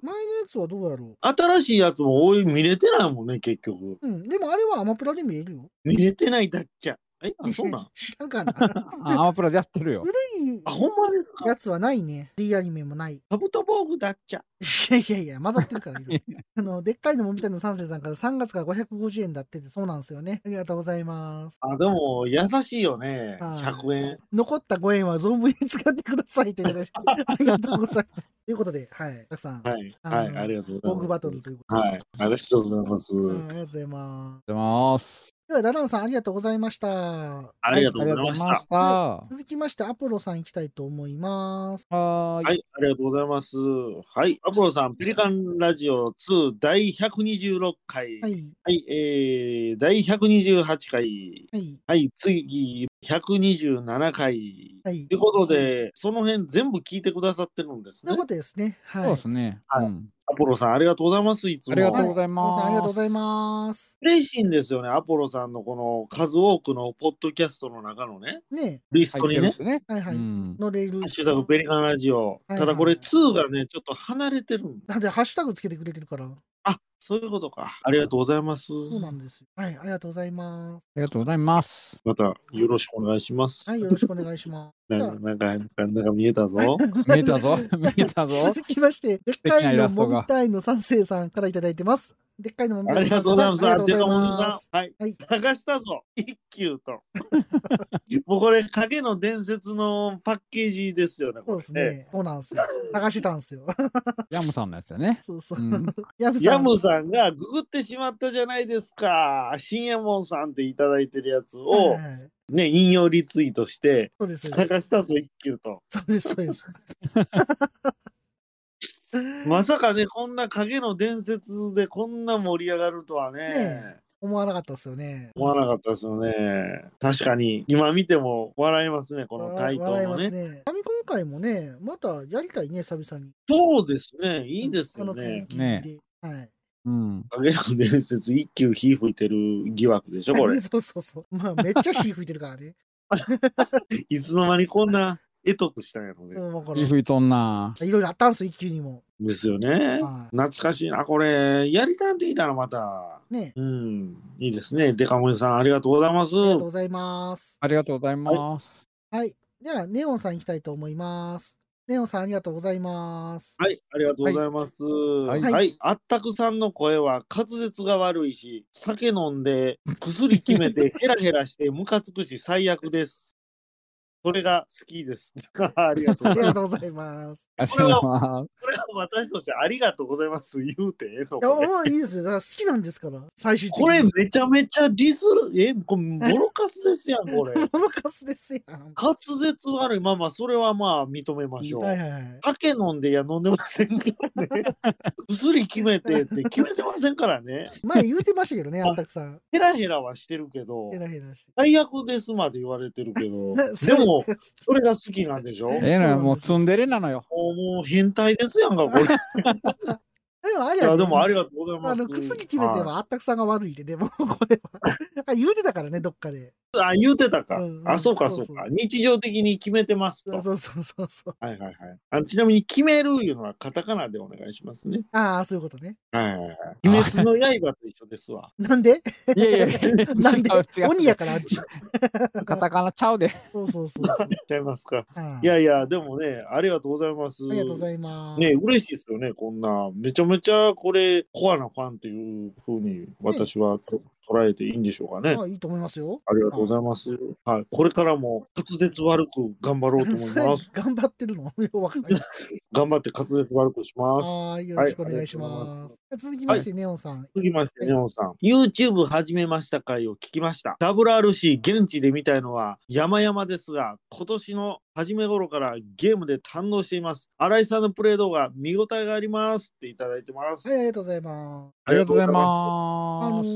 つはどうやろ新しいやつも多い見れてないもんね、結局。う。うん、でもあれはアマプラで見えるよ。見れてないだっけえ、あ、そう [LAUGHS] なん [LAUGHS] 知らんかな。あアマプラでやってるよ。古いあ、ほんまですかやつはないね。D アニメもない。 [LAUGHS] いカブト防具だっちゃ。やいやいや、混ざってるからいろいろ [LAUGHS] あの、でっかいのもみたいな三世さんから3月から550円だってて、そうなんですよね。ありがとうございます。あ、でも、優しいよね。はい100円。残った5円は存分に使ってくださいという [LAUGHS] ことで、ありがとうございます。ということで、はい、たくさん、はい。あはい。のありがとうございます。ボグバトルということで、はい。ありがとうございます。うんありがとうございます。出ます。では、ラランさん、ありがとうございました。ありがとうございました。ありがとうございま続きまして、アポロさん行きたいと思います。した。はー。はいい、ありがとうございます。はい、アポロさん、ペリカンラジオ2第126回、ははい、い、えー、第128回、はい、はい、次、127回。はい。ということで、その辺全部聞いてくださってるんですといねうこ。とですね。はい。そうですね。はいうんアポロさん、ありがとうございます。いつも。ありがとうございアポロます。さんありがとうございます。嬉しいんですよね、アポロさんのこの数多くのポッドキャストの中のね、ねリスト入っにてるんねで、すはね。いはうい。ん乗れるハッ。シュタグペリカンラジオ、はいただこれ2がね、ちょっと離れてるんなんで、ハッシュタグつけてくれてるから。あ、そういうことか。ありがとうございます。そうなんですよ。はい、ありがとうございます。りがとうございます。またよろしくお願いします。はい、よろしくお願いします。なんか、なんか、なんか、なんか見えたぞ。見えたぞ。 [LAUGHS] 見えたぞ。続きまして、でっかいのもみたいの三世さんからいただいてます。でっかいのもみあたいりのがとうございます。あありがとてうかございもうまなす。はい。はい流したぞ。一休 [LAUGHS] と。もうこれ、影の伝説のパッケージですよね。そこうれですね。そうなんですよ。探してたんですよ。ヤムさんのやつだね。そうそうう。ん、 [LAUGHS] ヤムさん。ヤムさんがググってしまったじゃないですか。新右衛門さんっていただいてるやつはいをは、いね、引用リツイートして、そうです。そうです探したぞ、一休と。そうです。そうです。まさかね、こんな影の伝説でこんな盛り上がるとはね。ね思わなかったですよね。思わなかったですよね。確かに、今見ても笑いますね、このタイト笑いルまのすね。ね。ファミコン回もね、またやりたいね、久々に。そうですね、いいですよあの続ね。きねで。はい。うん。影の伝説、一休火吹いてる疑惑でしょ、これ。 [LAUGHS] そうそうそう。まあ、めっちゃ火吹いてるから [LAUGHS] ね。いつの間にこんな得得したんやろうね。ん、わか火る。吹いとんな。いろいろあったんすよ、一級にも。ですよね。は懐かしいな、これ。やりたんってきたらまた。い。ね。うん、いいですね。デカモンさん、ありがとうございまあす。りがとうございます。ありがとうございます。はい。では、ネオンさん行きたいと思います。ネオンさん、ありがとうございます。はい、ありがとうございます。はいい、はいあったくさんの声は滑舌が悪いし、酒飲んで薬決め [LAUGHS] てヘラヘラしてムカつくし最悪です。それが好きです。 [LAUGHS] ありがとうあごりざいがとます。うございます。ありがとうございます。これは私としてありがとうございます言うてええのいや、 [LAUGHS] これまあいいですよ。だから好きなんですから、最終的に。これめちゃめちゃディスる、え、これボロカスですやん、これ。ママカス [LAUGHS] ですやん。滑舌悪い、まあまあ、それはまあ認めましょう。はいはいはい。酒飲んでいや飲んでませんからね。 [LAUGHS] 薬決めてって決めてませんからね。前言うてましたけ [LAUGHS] どね、あったくさん。ヘラヘラはしてるけどヘ、ラヘラして。最悪ですまで言われてるけ [LAUGHS] ど、なでも、、それが好きなんでしょえもええな、もうツンデレなのよ。うもう変態ですやんか、こ [LAUGHS] れ。でもいあれやや、ねでもありがとうございまあす。の、薬決めてはいはあったくさんが悪いで、でも、これは。あ言うてたからね、どっかで。あ、言うてたか。うんうんあ、そうか、そそううそうか。日常的に決めてますと。そうそうそうそうそう。はいはいはいあ。ちなみに、決めるいうのはカタカナでお願いしますね。ああ、そういうことね。はいはいはい。鬼滅の刃と一緒ですわ。なん [LAUGHS] でい [LAUGHS] やいやいや、違うなんで違う。鬼やからあっち。カタカナちゃうで。そうそうそうそう。ちゃいますか。はい [LAUGHS] いやいや、でもね、ありがとうございます。ありがとうございます。ね嬉しいですよね、こんな。めちゃめちゃこれ、コアなファンというふうに私はと、捉えていいんでしょうかね。まあいいと思いますよ。ありがとうございます。はい、これからも滑舌悪く頑張ろうと思い [LAUGHS] それます。頑張ってるの [LAUGHS] よくわかんないです。頑張って滑舌悪くします。はい、よろしくお願いしはいあま。りがとうございます続きまして、ネオンさん。続きまして、ネオンさん。YouTube 始めました回を聞きました。WRC 現地で見たいのは山々ですが、今年の初め頃からゲームで堪能しています。新井さんのプレイ動画、見応えがありますっていただいてます。はい、ありがとうございます。ありがとうございあのます。、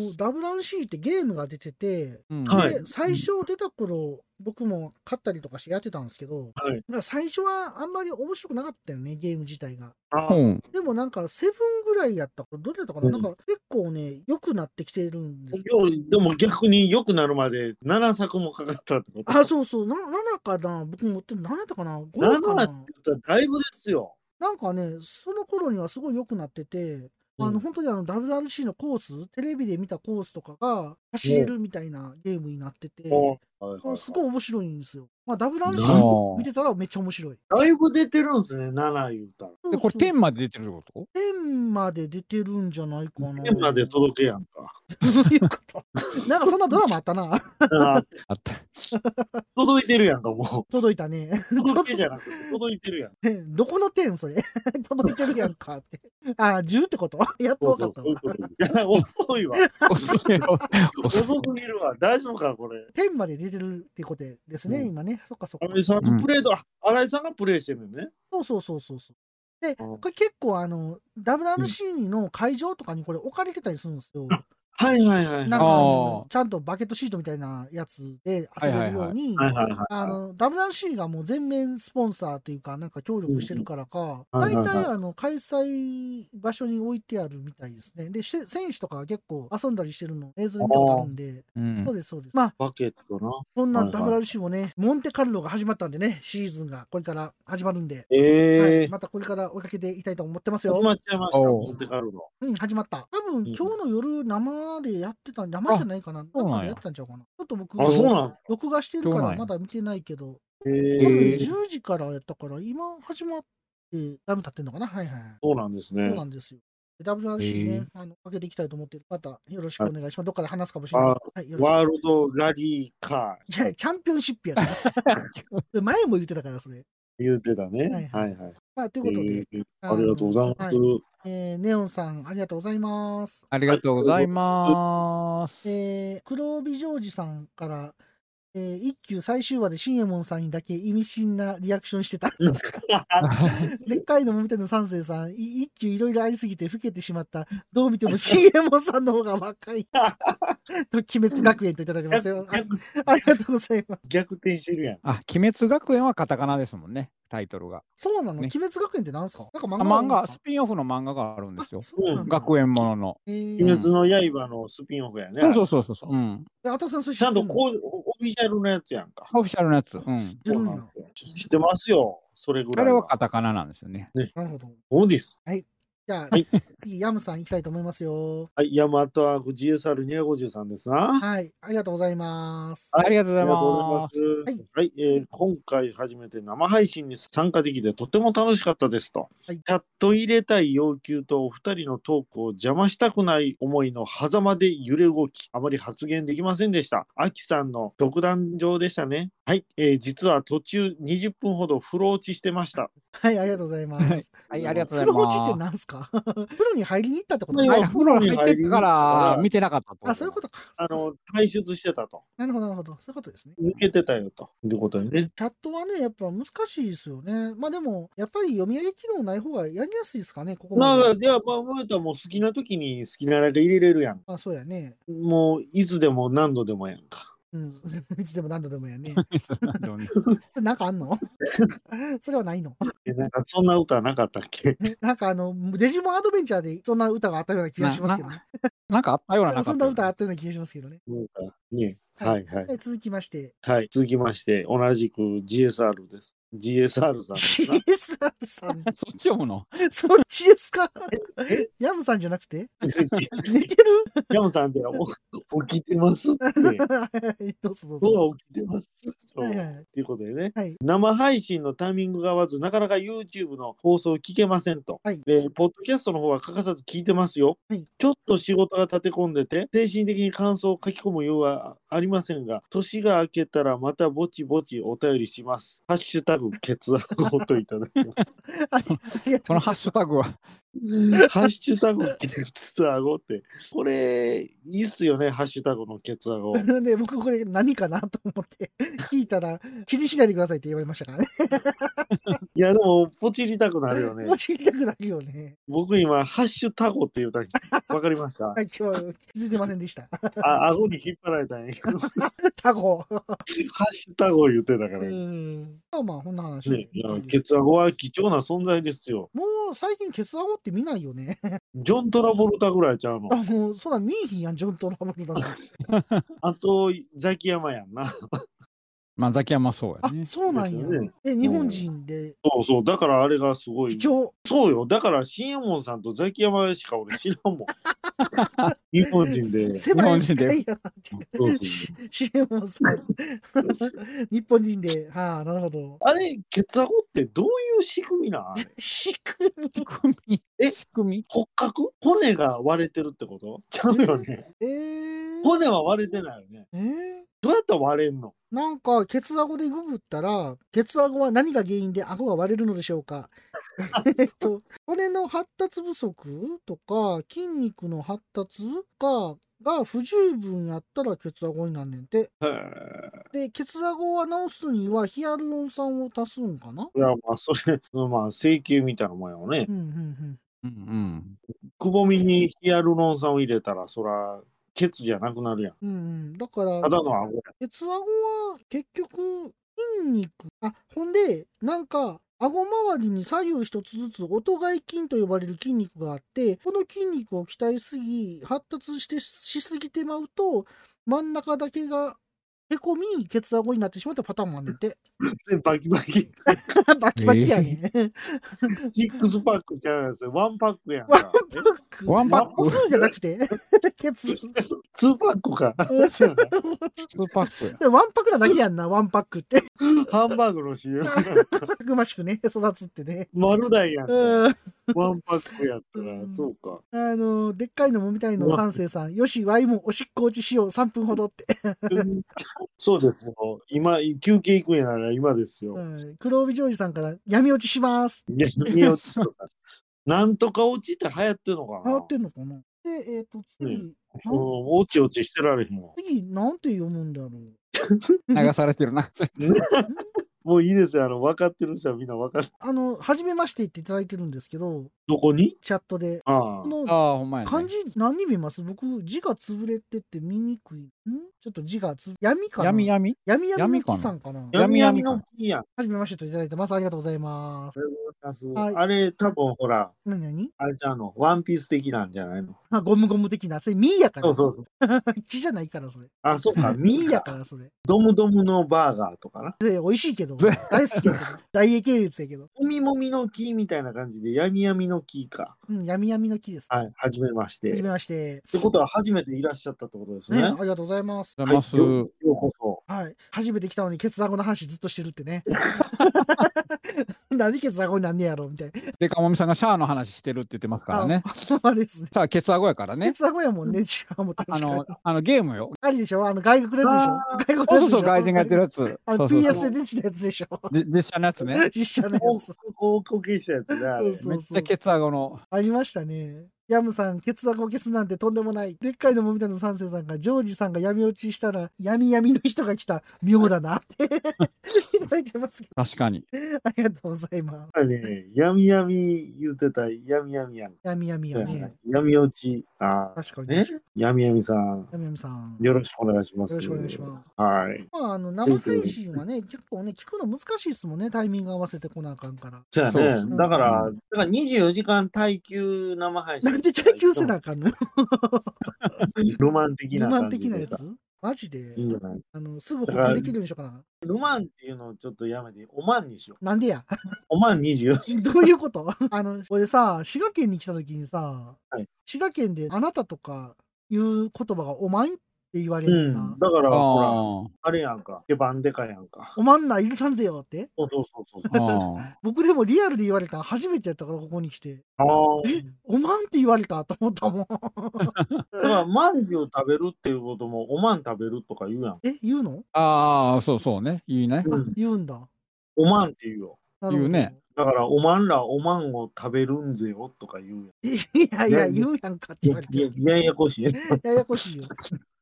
WRC ってゲームが出てて、うんはいで最初出た頃、僕も買ったりとかしてやってたんですけど、はいなんか最初はあんまり面白くなかったよね、ゲーム自体が。あうん。でもなんか、セブンぐらいやったから、どれだったかな、うんなんか結構ね、良くなってきてるんですよ。ようでも逆に良くなるまで7作もかかったってこと。あ、そうそう、な7かな、僕持ってる7やったかな、5 7かっなて。言ったらだいぶですよ。なんかね、その頃にはすごい良くなってて、うんあの本当にあの WRC のコース、テレビで見たコースとかが走れるみたいなゲームになってて、はいはいあはいすごい面白いんですよ。まあ、な WRC あ見てたらめっちゃ面白い。だいぶ出てるんですね、7言うたら。あで、これ天まで出てるってこ天まで出てるんじゃないかな。天まで届けやんか。どういうこと [LAUGHS] なんかそんなドラマあったな。 [LAUGHS] あーとあ [LAUGHS] った。届いてるやんか、も届いたね。 [LAUGHS] う。届けじゃなくて、届いてるやん。どこの天それ [LAUGHS] 届いてるやんかって。ああ、10ってこと [LAUGHS] やっとそわうかそっう、たそうわいうこと。いや、 [LAUGHS] 遅いわ。遅いよ。遅い遅すぎるわ。大丈夫か、これ。天まで出てるってことですね、うん今ね。そっかそっか。新井さんのプレード、あ新井さんがプレイしてるのね。そうそうそうそうそう。で、うんこれ結構あの、WRC の会場とかにこれ置かれてたりするんですよ。はいはいはい。なんかあのあーちゃんとバケットシートみたいなやつで遊べるように、はいはいはい。あの、WRC がもう全面スポンサーというか、なんか協力してるからか、うんうんは大いはいはい体あの、開催場所に置いてあるみたいですね。で、し選手とかは結構遊んだりしてるの映像で見たことあるんで、うんそうです、そうです。まあ、バケットな。そんなはいはい WRC もね、モンテカルロが始まったんでね、シーズンがこれから始まるんで、はえいえ。またこれから追いかけていきたいと思ってます始よ。まっちゃいました。おうモンテカルロ。うん、始まった。多分ん今日の夜生でやってた、生じゃないかな。うなんやなんかでやってたんちゃうかな。ちょっと僕、あ、そうなんですか。録画してるどかうなんらやまだ見てないけど、多分ええ。 10時からやったから、今始まって、だいぶ経ってんのかな。はいはい。そうなんですそうねな。んですよ。WRC ね、へえあの、かけていきたいと思ってる。またよろしくお願いします。どっかで話すかもしれない。あはい、よろしく。ワールドラリーカーじゃあチャンピオンシップや [LAUGHS] から前も言ってたから、それ。言うてたね。はいははいはい。まあ、というとことで、ありがとうございます。はえーネオンさん、ありがとうございます。ありがとうございます。えー、黒帯ジョージさんから、えー、一休最終話で新右衛門さんにだけ意味深なリアクションしてた。 [LAUGHS] でっかいのもみたいな三世さん、い一休いろいろありすぎて老けてしまった。どう見ても新右衛門さんの方が若い。と、鬼滅学園といただきます [LAUGHS] よ。あ逆あり [LAUGHS] がとうございます。逆転してるやん。あ、鬼滅学園はカタカナですもんね、タイトルが。そうなの、ね鬼滅学園ってなんすかなんか漫あ画漫あるん画、ですスかピンオフの漫画があるんですよあ。そうなんだ。学園ものの。えー鬼滅の刃のスピンオフやね。そうそうそうそう。うん。えあたくさんそれ知ちっゃてんるのとこうオフィシャルのやつやんか。オフィシャルのやつ。うん。知ってるんや知ってますよ。それぐらい。あれはカタカナなんですよね。なるほど。そうです。じゃあ、はい次、ヤムさん行きたいと思いますよ。はい、ヤマトワーク GSR253 ですな。はい、ありがとうございます。ありがとうごあざいりがとうございま。ますす。はい、えー今回初めて生配信に参加できてとても楽しかったですと。はいチャット入れたい要求とお二人のトークを邪魔したくない思いの狭間で揺れ動き、あまり発言できませんでした。アキさんの独壇場でしたね。はい、えー実は途中20分ほど風呂落ちしてました。はい、ありがとうございます。はい、ありがとう風ご呂落ざちっています。なんすか [LAUGHS] 風呂に入りに行ったってことはかいなは、い風呂入ってたから見てなかったと。あ、そういうことか。あの、退出してたと。なるほど、なるほど。そういうことですね。抜けてたよと。いうことでね。チャットはね、やっぱ難しいですよね。まあでも、やっぱり読み上げ機能ない方がやりやすいですかね、ここままあ、で。いや、まあ、またもう好きな時に好きなだけ入れれるやん。まあ、そうやね。もう、いつでも何度でもやんか。うん。 [LAUGHS] いつでも何度でもやね。と。なんかあんのそれはないのえなんか、そんな歌なかったっけなんかあの、デジモンアドベンチャーでそんな歌があったような気がしますけどね。 [LAUGHS] なんかあったようななかそっんたなよう歌あな。ったような気がしますけどね。なんかね。ははいいはいは。い、続きまして。はい。続きまして、同じく GSR です。GSR さんですな GSR さん、そっち読むのそっちですかヤムさんじゃなくて [LAUGHS] 寝てるヤムさんで、お起きてますって。 [LAUGHS] はいどうぞどうぞ。そうは起きてます。そう。はいと、はいい。うことでね、はい生配信のタイミングが合わず、なかなか YouTube の放送を聞けませんと。はいで、ポッドキャストの方は欠かさず聞いてますよ。はいちょっと仕事が立て込んでて、精神的に感想を書き込むようはありませんが、年が明けたらまたぼちぼちお便りします。ハッシュタグ、血圧をといただきます。ありがとうごこざいまのハッすシュタグは。 [LAUGHS] ハッシュタグ、ケツアゴって。これ、いいっすよね、ハッシュタグのケツアゴ。 [LAUGHS] で僕これ何かなと思って聞いたら気にしないでくださいって言われましたからね。いや、でも、ポチりたくなるよねも。う知りたくなるよね。僕今、ハッシュタゴって言うたんわかりましたはい、今日気づいてませんでした。 [LAUGHS] あ、顎に引っ張られたんやけど、ハタゴ。ッシュタゴ言ってたかうらね。ん。ま [LAUGHS] あまあ、こんな話。ね、いやケツアゴは貴重な存在ですよ。もう最近ケツアゴって見ないよね。ジョン・トラボルタぐらいちゃうのあ。もうそら見えひんやん、ジョン・トラボルタの。 [LAUGHS] あと、ザキヤマやんな。まあ、ザキヤマそうやあね、。そうなんやですよね。え、日本人でそうそう、だからあれがすごい貴。重。そうよ、だから、新右衛門さんとザキヤマしか俺知らん [LAUGHS] もん。日本人 [LAUGHS] [LAUGHS] で。狭い世日本人で界やなって。そうそうシ [LAUGHS] エモンさ [LAUGHS] ん。日本人で、はあ、なるほど。あれ、ケツアゴってどういう仕組みなんあれ仕組み。仕組み。え仕組骨格骨が割れてるってことちゃうよね。えー、骨は割れてないよね。えーどうやったら割れんのなんか、ケツアゴでググったら、ケツアゴは何が原因で顎が割れるのでしょうかえっと、骨の発達不足とか、筋肉の発達が、が不十分やったらケツアゴになんねんて。へえ。で、ケツアゴは治すにはヒアルロン酸を足すんかないや、まあ、それ、まあ、整形みたいなもんやろねう。んうんうん。 [LAUGHS] み。うんくぼみにヒアルロン酸を入れたら、そら、ケツじゃなくなるやん。うんうん。だから、ただの顎やん。鉄顎は結局筋肉あほんでなんか顎周りに左右一つずつ音外筋と呼ばれる筋肉があってこの筋肉を鍛えすぎ発達してしすぎてまうと真ん中だけがへこみケツ顎になってしまったパターンもあんねんてバキバキ。 [LAUGHS] バキバキやねん、 [LAUGHS] シックスパックちゃうんですよ。ワンパックやんか。ワンパック数じゃなく [LAUGHS] てケツツーパックか。そうやなツーパックや。でもワンパクなだけやんなワンパックってハンバーグの CM やんか。たくましくね育つって [LAUGHS] ね丸大やんか。うんワンパックやったらう、んそうか。あの、でっかいのもみたいのうわ三世さん、よし、ワイもおしっこ落ちしよう、3分ほどって。そうですよ。今、休憩行くんやなら今ですよう。ん、黒帯ジョージさんから、闇落ちします。いや、何落ちとか。なんとか落ちって流行ってんのか流な行ってんのかなで、えっ、と、次、その落ち落ちしてられへんわ。次、なんて読むんだろう。流されてるな。もういいですよ。あの、分かってる人はみんな分かる。あの、はじめましてっていただいてるんですけど、どこにチャットで。あこあ。のああ、ほんまや、ね。漢字何に見ます僕字が潰れてて見にくい。んちょっと字がつ闇かな闇闇闇闇の闇か木なさんかなや闇闇かの木やん。はじめましてといただいてます。ありがとうございます。はいあれ、多分ほら、なになにあれじゃあの、ワンピース的なんじゃないのあゴムゴム的な。それ、ミーやから。そうそう。 [LAUGHS] 血じゃないから、それ。あ、そ [LAUGHS] うか、ミミーーややかから。ら、それ。ドムドムのバーガーとかな。で、美味しいけど、ぜ大好きやけど、 [LAUGHS] 大栄系列やけど、もみもみの木みたいな感じで、やみやみの木か。うん、闇闇の木です。ははい、はじめまして。じっめまして。てことは、初めていらっしゃったってことですね、ね。ありがとうございます。ざいはいます。よようこそ。はい。初めて来たのに、ケツザゴの話ずっとしてるって [LAUGHS] ね。 [LAUGHS] なんでケツザゴになんねやろみたいな。で、かもみさんがシャアの話してるって言ってますからね。 [LAUGHS] ほんまですね。さあ、ケツアゴやからケね。ツザゴやもんね、違うもんあ確かにの。、あのゲームよ。あれでしょあの、外国のやつでしょ外国のやそうつそでしょうそう、外人がやってるやつ。そうあそのうそう PS で出てたやつでしょ [LAUGHS] じ実写のやつね。実写のおやつ。おこけしたやつねあれ。そめうっそちうゃケツアゴの。ありましたね。ヤムさん、ケツアゴケツなんてとんでもない。でっかいのもみたいな三世さんが、ジョージさんが闇落ちしたら、闇闇の人が来た。妙だなって。 [LAUGHS] いただいてますけ確かに。ど、ありがとうございます。やっぱりね、やみやみ言ってた、やみやみやん。闇闇やね。やみ落ち。ああ。確かに。ね闇。やみやみさん。闇さん。よよろしくお願いします。ろしくお願いします。はい。まあ、あの、生配信はね、結構ね、聞くの難しいですもんね。タイミング合わせてこなあかんから。そうそうでやすね。ねだから、うだから24時間耐久生配信。なんで耐久せなあかんのロマン的ロなマ感ンじ的なでやさ。つマジでいいんじゃないあの、すぐ補給できるようにしようかな。ロマンっていうのをちょっとやめて、オマンにしよう。なんでやオマン24時どういうことあの、俺さ、滋賀県に来た時にさ、はい滋賀県であなたとかいう言葉がおまんって言われうるんな。。だから、あほら、ーあれやんか。ケバンデカやんか。おまんないるさんぜよって。そうそうそうそうあそう。ー。僕でもリアルで言われたの初めてやったからここに来て、あおまんって言われたと思ったもん。あ。だから、まんじゅう食べるっていうことも、おまん食べるとか言うやん。え、言うの、あー、そうそうね。いいね。うあん、言うんだ。おまんって言うよ。なるほど言うね。だから、おまんらおまんを食べるんぜよとか言ういやいや、ね言うやんかって言やんわれ。ていや、る。いやややこしい。ややこしいよ。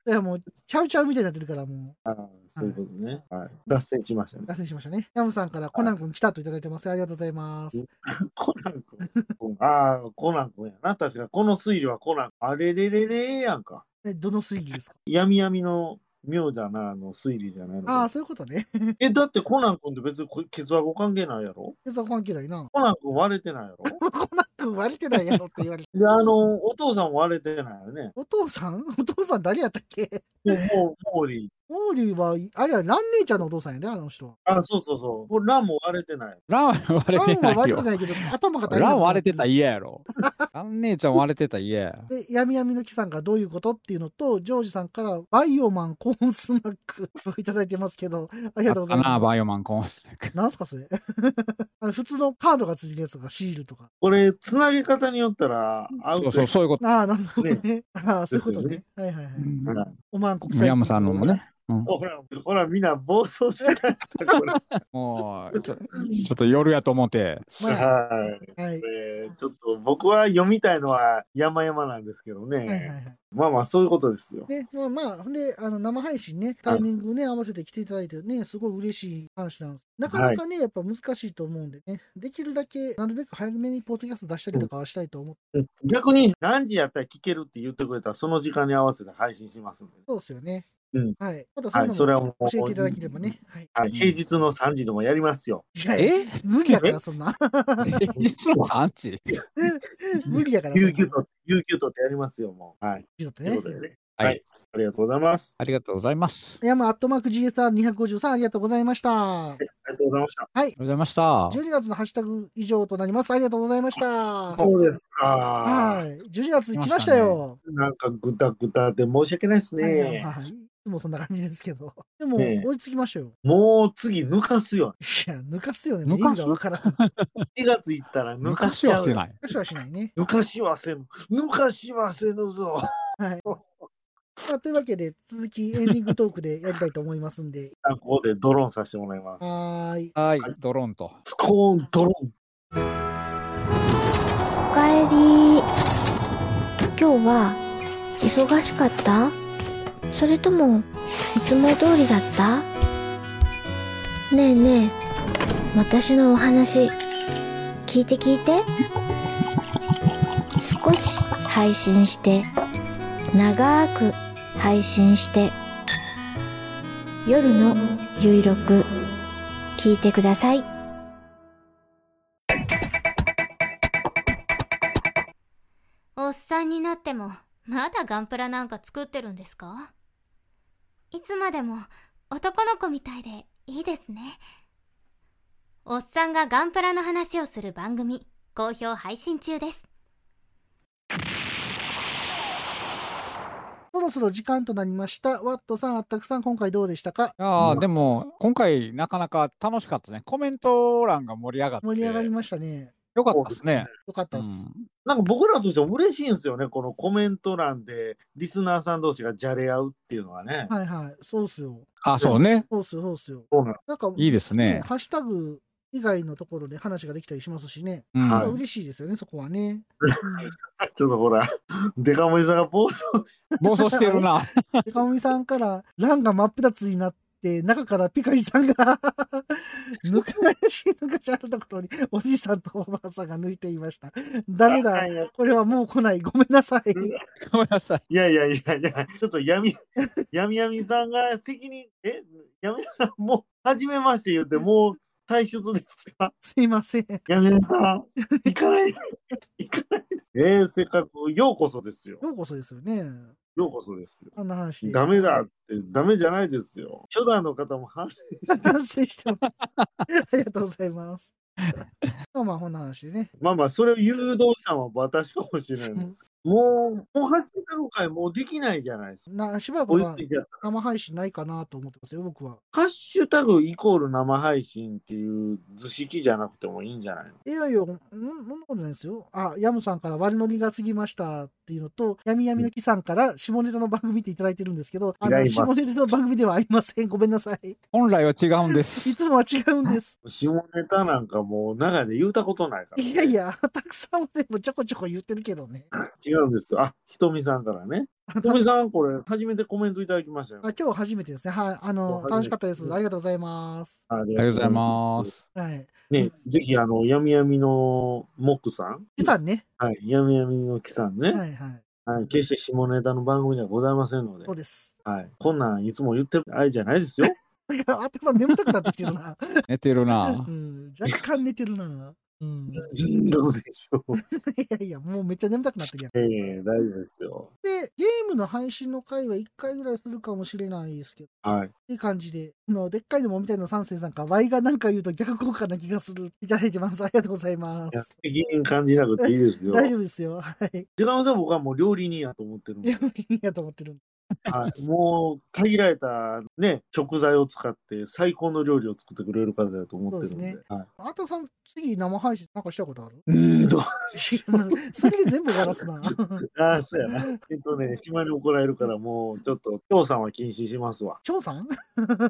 いやもう、ちゃうちゃうみたいになってるから、もう、そういうことね。はい。脱線しましたね。脱線しましたね。ヤムさんからコナン君来たといただいてます。ありがとうございます。コナン君。ああ、コナン君やな。確か、この推理はコナン。あれれれれやんか。え、どの推理ですか闇闇の妙だな、あの推理じゃないのあかあ、。そういうことね。え、だってコナン君って別にこケツアゴ関係ないやろそこ関係ないな。 [LAUGHS] コナン君割れてないやろコナン君割れてないやろって言われて。で、あの、お父さん割れてないよ [LAUGHS] ね。お父さん [LAUGHS] お父さん誰やったっけもう、もう、モーリー。モーリーは、あれはラン姉ちゃんのお父さんやね、あの人は。あ、そうそうそう。これランも割れてない。ランは割ラれてンはない割れてよ。ないけど、 [LAUGHS] 頭がラン割れてたい。ら嫌やろ。ラン姉ちゃん割れてたら嫌や。で、闇闇の木さんがどういうことっていうのと、ジョージさんからバイオマンコーンスナック [LAUGHS] をいただいてますけど、ありあがとうごっざたいな、まバす。イオマンコーンスナック。なんすかそれ [LAUGHS] あの普通のカードがついてるやつがシールとか。これ、つなげ方によったら、アウそうトそう、そういうこと。ああ、なるほどね。ああ、そういうことね。はいはいはい。うんオマーン国際。ヤムさんのもね。うんほら、ほら、みんな暴走して [LAUGHS] ました、これ。もうちょ、ちょっと夜やと思って。まあ、はい。はい。えーちょっと僕は読みたいのは山々なんですけどね。はいはいはい。まあまあ、そういうことですよ。ね、まあまあ、ほんで、あの、生配信ね、タイミングね、合わせて来ていただいてね、すごい嬉しい話なんです。なかなかね、やっぱ難しいと思うんでね、できるだけ、なるべく早めにポッドキャスト出したりとかはしたいと思う。逆に何時やったら聞けるって言ってくれたら、その時間に合わせて配信しますんでね、そうですよね。うんはい。またそういはうい、のそれはももう。教えていただければね。はい。はい、平日の3時でもやりますよ。いやえ無理やから、そんな。西野さんち無理やから、そん [LAUGHS] 有な給取って、有給取ってやりますよ、もう。はい。ちょっとというねこ。とでね。はいはい。ありがとうございます。ありがとうございます。山アットマーク GSR253 ありがとうございました。ありがとうございました。ありがとうございました。 12月のハッシュタグ以上となります。ありがとうございました。はそうですか。い。12月来ましたよ。なんかぐたぐたで申し訳ないですはいはいね。はい。 [LAUGHS] いつもそんな感じですけど。でも、ねえ追いつきましたよ。もう次抜かすよ。いや、抜かすよね。抜意かす味がわからん。抜4月行ったら抜かし昔ちゃはうせよ。ない。かしはしないね。 [LAUGHS] 抜かしはせぬ。抜かしはせぬぞ。はい。まあ、というわけで、続きエンディングトークでやりたいと思いますんで。ここでドローンさせてもらいます。はーい。はい、ドローンと。スコーンドローン。おかえり今日は忙しかったそれともいつも通りだったねえねえ私のお話聞いて聞いて少し配信して長く配信して夜のゆいろく聞いてくださいおっさんになってもまだガンプラなんか作ってるんですかいつまでも男の子みたいでいいですねおっさんがガンプラの話をする番組好評配信中ですそろそろ時間となりました。ワットさん、あったくさん、今回どうでしたかいやーでも、今回なかなか楽しかったね。コメント欄が盛り上がって。盛り上がりましたね。よかったですね。よかったっす。なんか僕らとしても嬉しいんですよね。このコメント欄でリスナーさん同士がじゃれ合うっていうのはね。はいはい。そうっすよ。あ、そうね。そうっすよ、そうっすよ。そうなのなんか、いいですねね。ハッシュタグ以外のところで話ができたりしますしね。うんまあはい嬉しいですよね、そこはね。ちょっとほら、デカ盛りさんが暴走暴走してるな。でかもみさんから、ランが真っ二つになって、中からピカリさんが、抜かし、抜かしあるところに、おじいさんとおばあさんが抜いていました。ダメだ、いこれはもう来ない、ごめんなさい。ごめんなさい。やいやいやいや、ちょっと闇、闇闇さんが責任、え、闇さんもう、初めまして言って、もう退出ですかすいません。よ闇闇さん、行かないで、行かないで。えー、せっかく、ようこそですよ。うこそですよね。ようこそですよ。あんな話で。ダメだって、ダメじゃないですよ。初代の方も反省して、反省してます。ありがとうございます。まあまあ、こんな話でね。まあまあ、それを誘導したのは私かもしれないです。もう、もう走ったのかい、もうできないじゃないですか。なしばらく追いはついちゃった。生配信ないかなと思ってますよ、僕は。ハッシュタグイコール生配信っていう図式じゃなくてもいいんじゃないのいやいや、んんそんなことないですよ。あ、ヤムさんから割り乗りが過ぎましたっていうのと、やみやみの木さんから下ネタの番組っていただいてるんですけど、あ違いの、ます下ネタの番組ではありません。ごめんなさい。本来は違うんでい [LAUGHS] す。つもは違うんです。 [LAUGHS] 下ネタなんかもう長いで言うたことないから、いやいや、たくさんでもちょこちょこ言ってるけどね。違うんですよ。あ、ひとみさんからね。ひとみさん、これ、初めてコメントいただきましたよ。あ今日初めてですね。はい。あの、楽しかったです。ありがとうございます。あり。ありがとうございますす。はい。ね、ぜひ、あの、やみやみのモックさん。木さんね。はい、やみやみのきさんね、はいはい。はい。決して下ネタの番組じゃございませんのでそう。です。 [LAUGHS] はい。こんなんいつも言ってるあれじゃないですよ。なんかあたくさん眠たくなってきてるな。寝てるなう。ん、若干寝てるな。うん。どうでしょう。 [LAUGHS] いやいや、もうめっちゃ眠たくなってるやん。 [LAUGHS] ええ大丈夫ですよ。で、ゲームの配信の回は1回ぐらいするかもしれないですけど、はい。っていう感じで、あのでっかいのもみたいな三世さんか、Y がなんか言うと逆効果な気がする。いただいてます。ありがとうございまいやす。責任感じなくていいですよ。大丈夫ですよ。はい。時間さん僕はもう料理人やと思ってるんいやで。いいやと思ってるんで。はい、もう限られた、ね、食材を使って最高の料理を作ってくれる方だと思ってるそうんでですねはい、あとさん、次生配信なんかしたことあるうーんとそれで全部終わらす [LAUGHS] な。ああそうやな [LAUGHS] えっとね島に怒られるからもうちょっと張さんは禁止しますわ張さん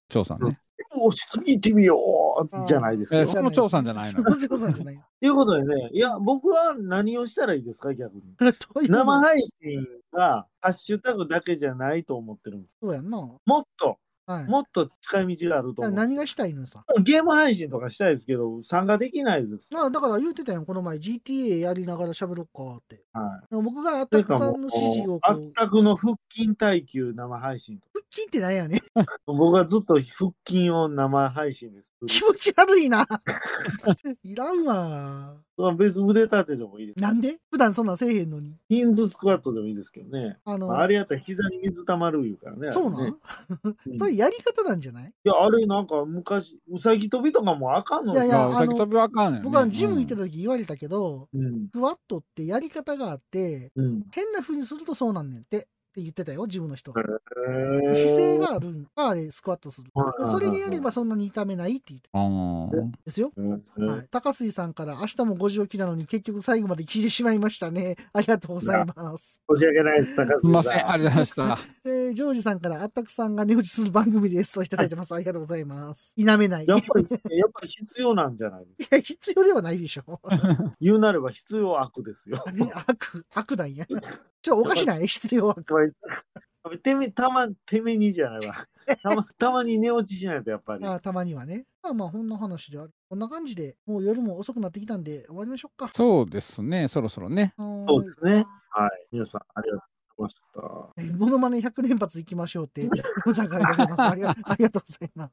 張さんね。おし次行ってみようじゃないですえよーその張さんじゃないの。その張さんじゃない。ということでね、いや、僕は何をしたらいいですか、逆に。いうの生配信がハッシュタグだけじゃないと思ってるんです。そうやんな。だもっと、はいもっと近い道があるとか思らう。何がしたいのさ。ゲーム配信とかしたいですけど、参加できないです。まあだから言うてたやん、この前 GTA やりながら喋ろっかって。はい。でも僕がアタックさんの指示をこあう、ったくの腹筋耐久生配信とか。聞いてないやねん。 [LAUGHS] 僕はずっと腹筋を生配信でする。気持ち悪いな。 [LAUGHS] いらんわ。それは別に腕立てでもいいです。なんで普段そんなんせえへんのに。ヒンズスクワットでもいいですけどね。ああのあ、れやったら膝に水たまるいうからね。そうなんあれねそれやり方なんじゃないいや、あれなんか昔、うさぎ跳びとかもあかんのいやいや、うあさのぎ跳び僕はジム行ってた時言われたけど、うんふわっとってやり方があって、うん変な風にするとそうなんねんってって言ってたよ、ジムの人が。へー姿勢があるんがあれスクワットするはいは。いではいそれにやればそんなに痛めないって言ってうん。ですよ。うんはい、高杉さんから明日も5時起きなのに結局最後まで聞いてしまいましたね。ありがとうございます。申し訳ないです、高橋さん。すいません、ありがとうございました。えージョージさんからあったくさんが寝落ちする番組ですといただいてます。ありがとうございます。否めない。いやっぱり、やっぱり必要なんじゃないですか。 [LAUGHS] や、必要ではないでし [LAUGHS] ょ。言うなれば必要悪ですよ。悪、悪なんや。ちょ、おかしない必要悪。てめ、たま、てめにじゃな [LAUGHS] いわ。たま、たまに寝落ちしないと、やっぱり。あーたまにはね。まあまあ、こんな話である。こんな感じで、もう夜も遅くなってきたんで、終わりましょうか。そうですね、そろそろね。そうですね。はい。皆さん、ありがとうございました。モノマネ100連発いきましょうって、山さんから言われ [LAUGHS] ますありが。ありがとうございます。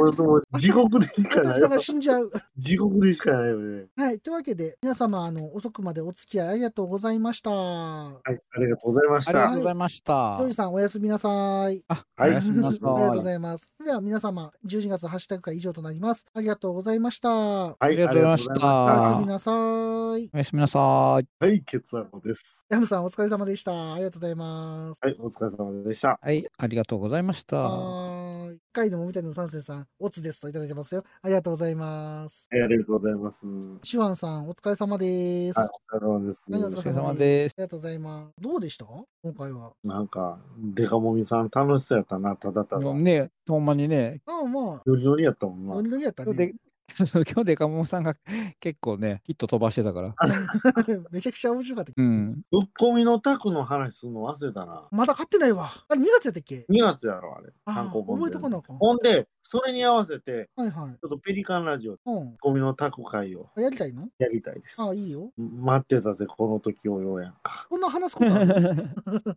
俺とも地獄でしか山なさいんわが。死んじゃう。地獄でしかないよね。、はい。というわけで、皆様、あの、遅くまでお付き合いありがとうございました。はいありがとうございました。ありがとうございました。ジョージさん、おやすみなさい。あ、はいおやすみなさいありがとうございます。それでは皆様、12月ハッシュタグ会以上となります。ありがとうございました。はいありがとうございましたおやすみなさい。おやすみなさい。はい、ケツアゴです。ヤムさん、お疲れ様でした。ありがとうございます。はい、お疲れ様でした。はい、ありがとうございました。はーい。一回でもみたいな三世さん、オツですといただいてますよ。ありがとうございます。はい、ありがとうございます。はい、シュワンさん、お疲れ様です。お疲れ様です。はいお疲れ様です。ありがとうございます。どうでした今回は。なんか、デカモミさん楽しそうやったな、ただただ。ね、ほんまにね、ああ、まあ、ノリノリやったもんな。ノリノリやったね。 [LAUGHS] 今日デカモンさんが結構ね、ヒット飛ばしてたから。 [LAUGHS] めちゃくちゃ面白かった。うん。ぶっこみのタクの話するの忘れたな。まだ買ってないわ。あれ、2月やったっけ2月やろ、あれ。あー単行本覚えでとかなあかんほんで、それに合わせて、はいはい。ちょっとペリカンラジオ、ぶっうん。こみのタク会をあやりたいのやりたいです。ああ、いいよ。待ってたぜ、この時をようやん [LAUGHS] か。こんな話すことあ [LAUGHS] る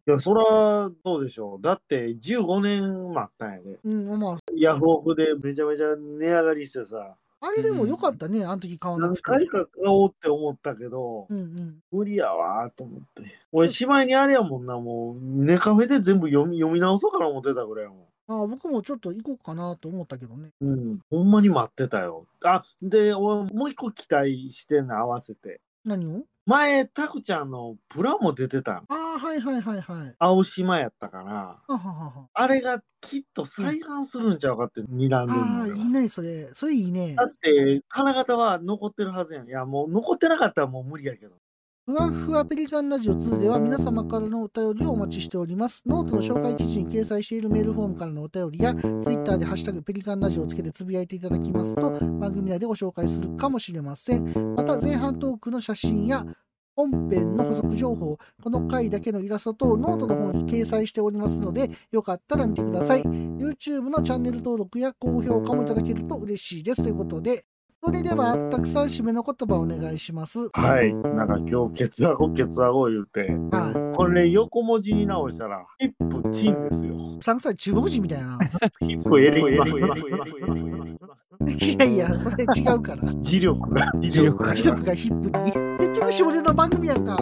いや、そら、どうでしょう。だって、15年待ったんやで。うん、まあ、ヤフオクでめちゃめちゃ値上がりしてさ、あれでもよかったね、あの時買わな何くて。回か買おうって思ったけど、うんうん。無理やわーと思って。俺、しまいにあれやもんな、もう、ネカフェで全部読み読み直そうかな思ってたぐらいやもああ僕もちょっと行こうかなと思ったけどね。ん。うん、ほんまに待ってたよ。あ、で、俺、もう一個期待してんの、合わせて。何を前、タクちゃんのプラも出てたん。ああ、はいはいはいはい。は青島やったかな。あはあはあ。あれがきっと再販するんちゃうかって睨んでるあのあ、よいいね、それ。それいいねだ。って、金型は残ってるはずやん。いや、もう残ってなかったらもう無理やけど。ふわふわペリカンラジオ2では皆様からのお便りをお待ちしております。ノートの紹介記事に掲載しているメールフォームからのお便りや、Twitter でハッシュタグペリカンラジオをつけてつぶやいていただきますと、番組内でご紹介するかもしれません。また、前半トークの写真や、本編の補足情報、この回だけのイラスト等、ノートの方に掲載しておりますので、よかったら見てください。YouTube のチャンネル登録や高評価もいただけると嬉しいです。ということで、それでは、たくさん締めの言葉をお願いします。はい。なんか今日、ケツアゴ、ケツアゴ言うて、これ横文字に直したら、ヒップチンですよ。うさんくさい中国人みたいな。ヒップエリマいやいや、それ違うから。磁力が、磁力がヒップに。結局、下ネタの番組やんか。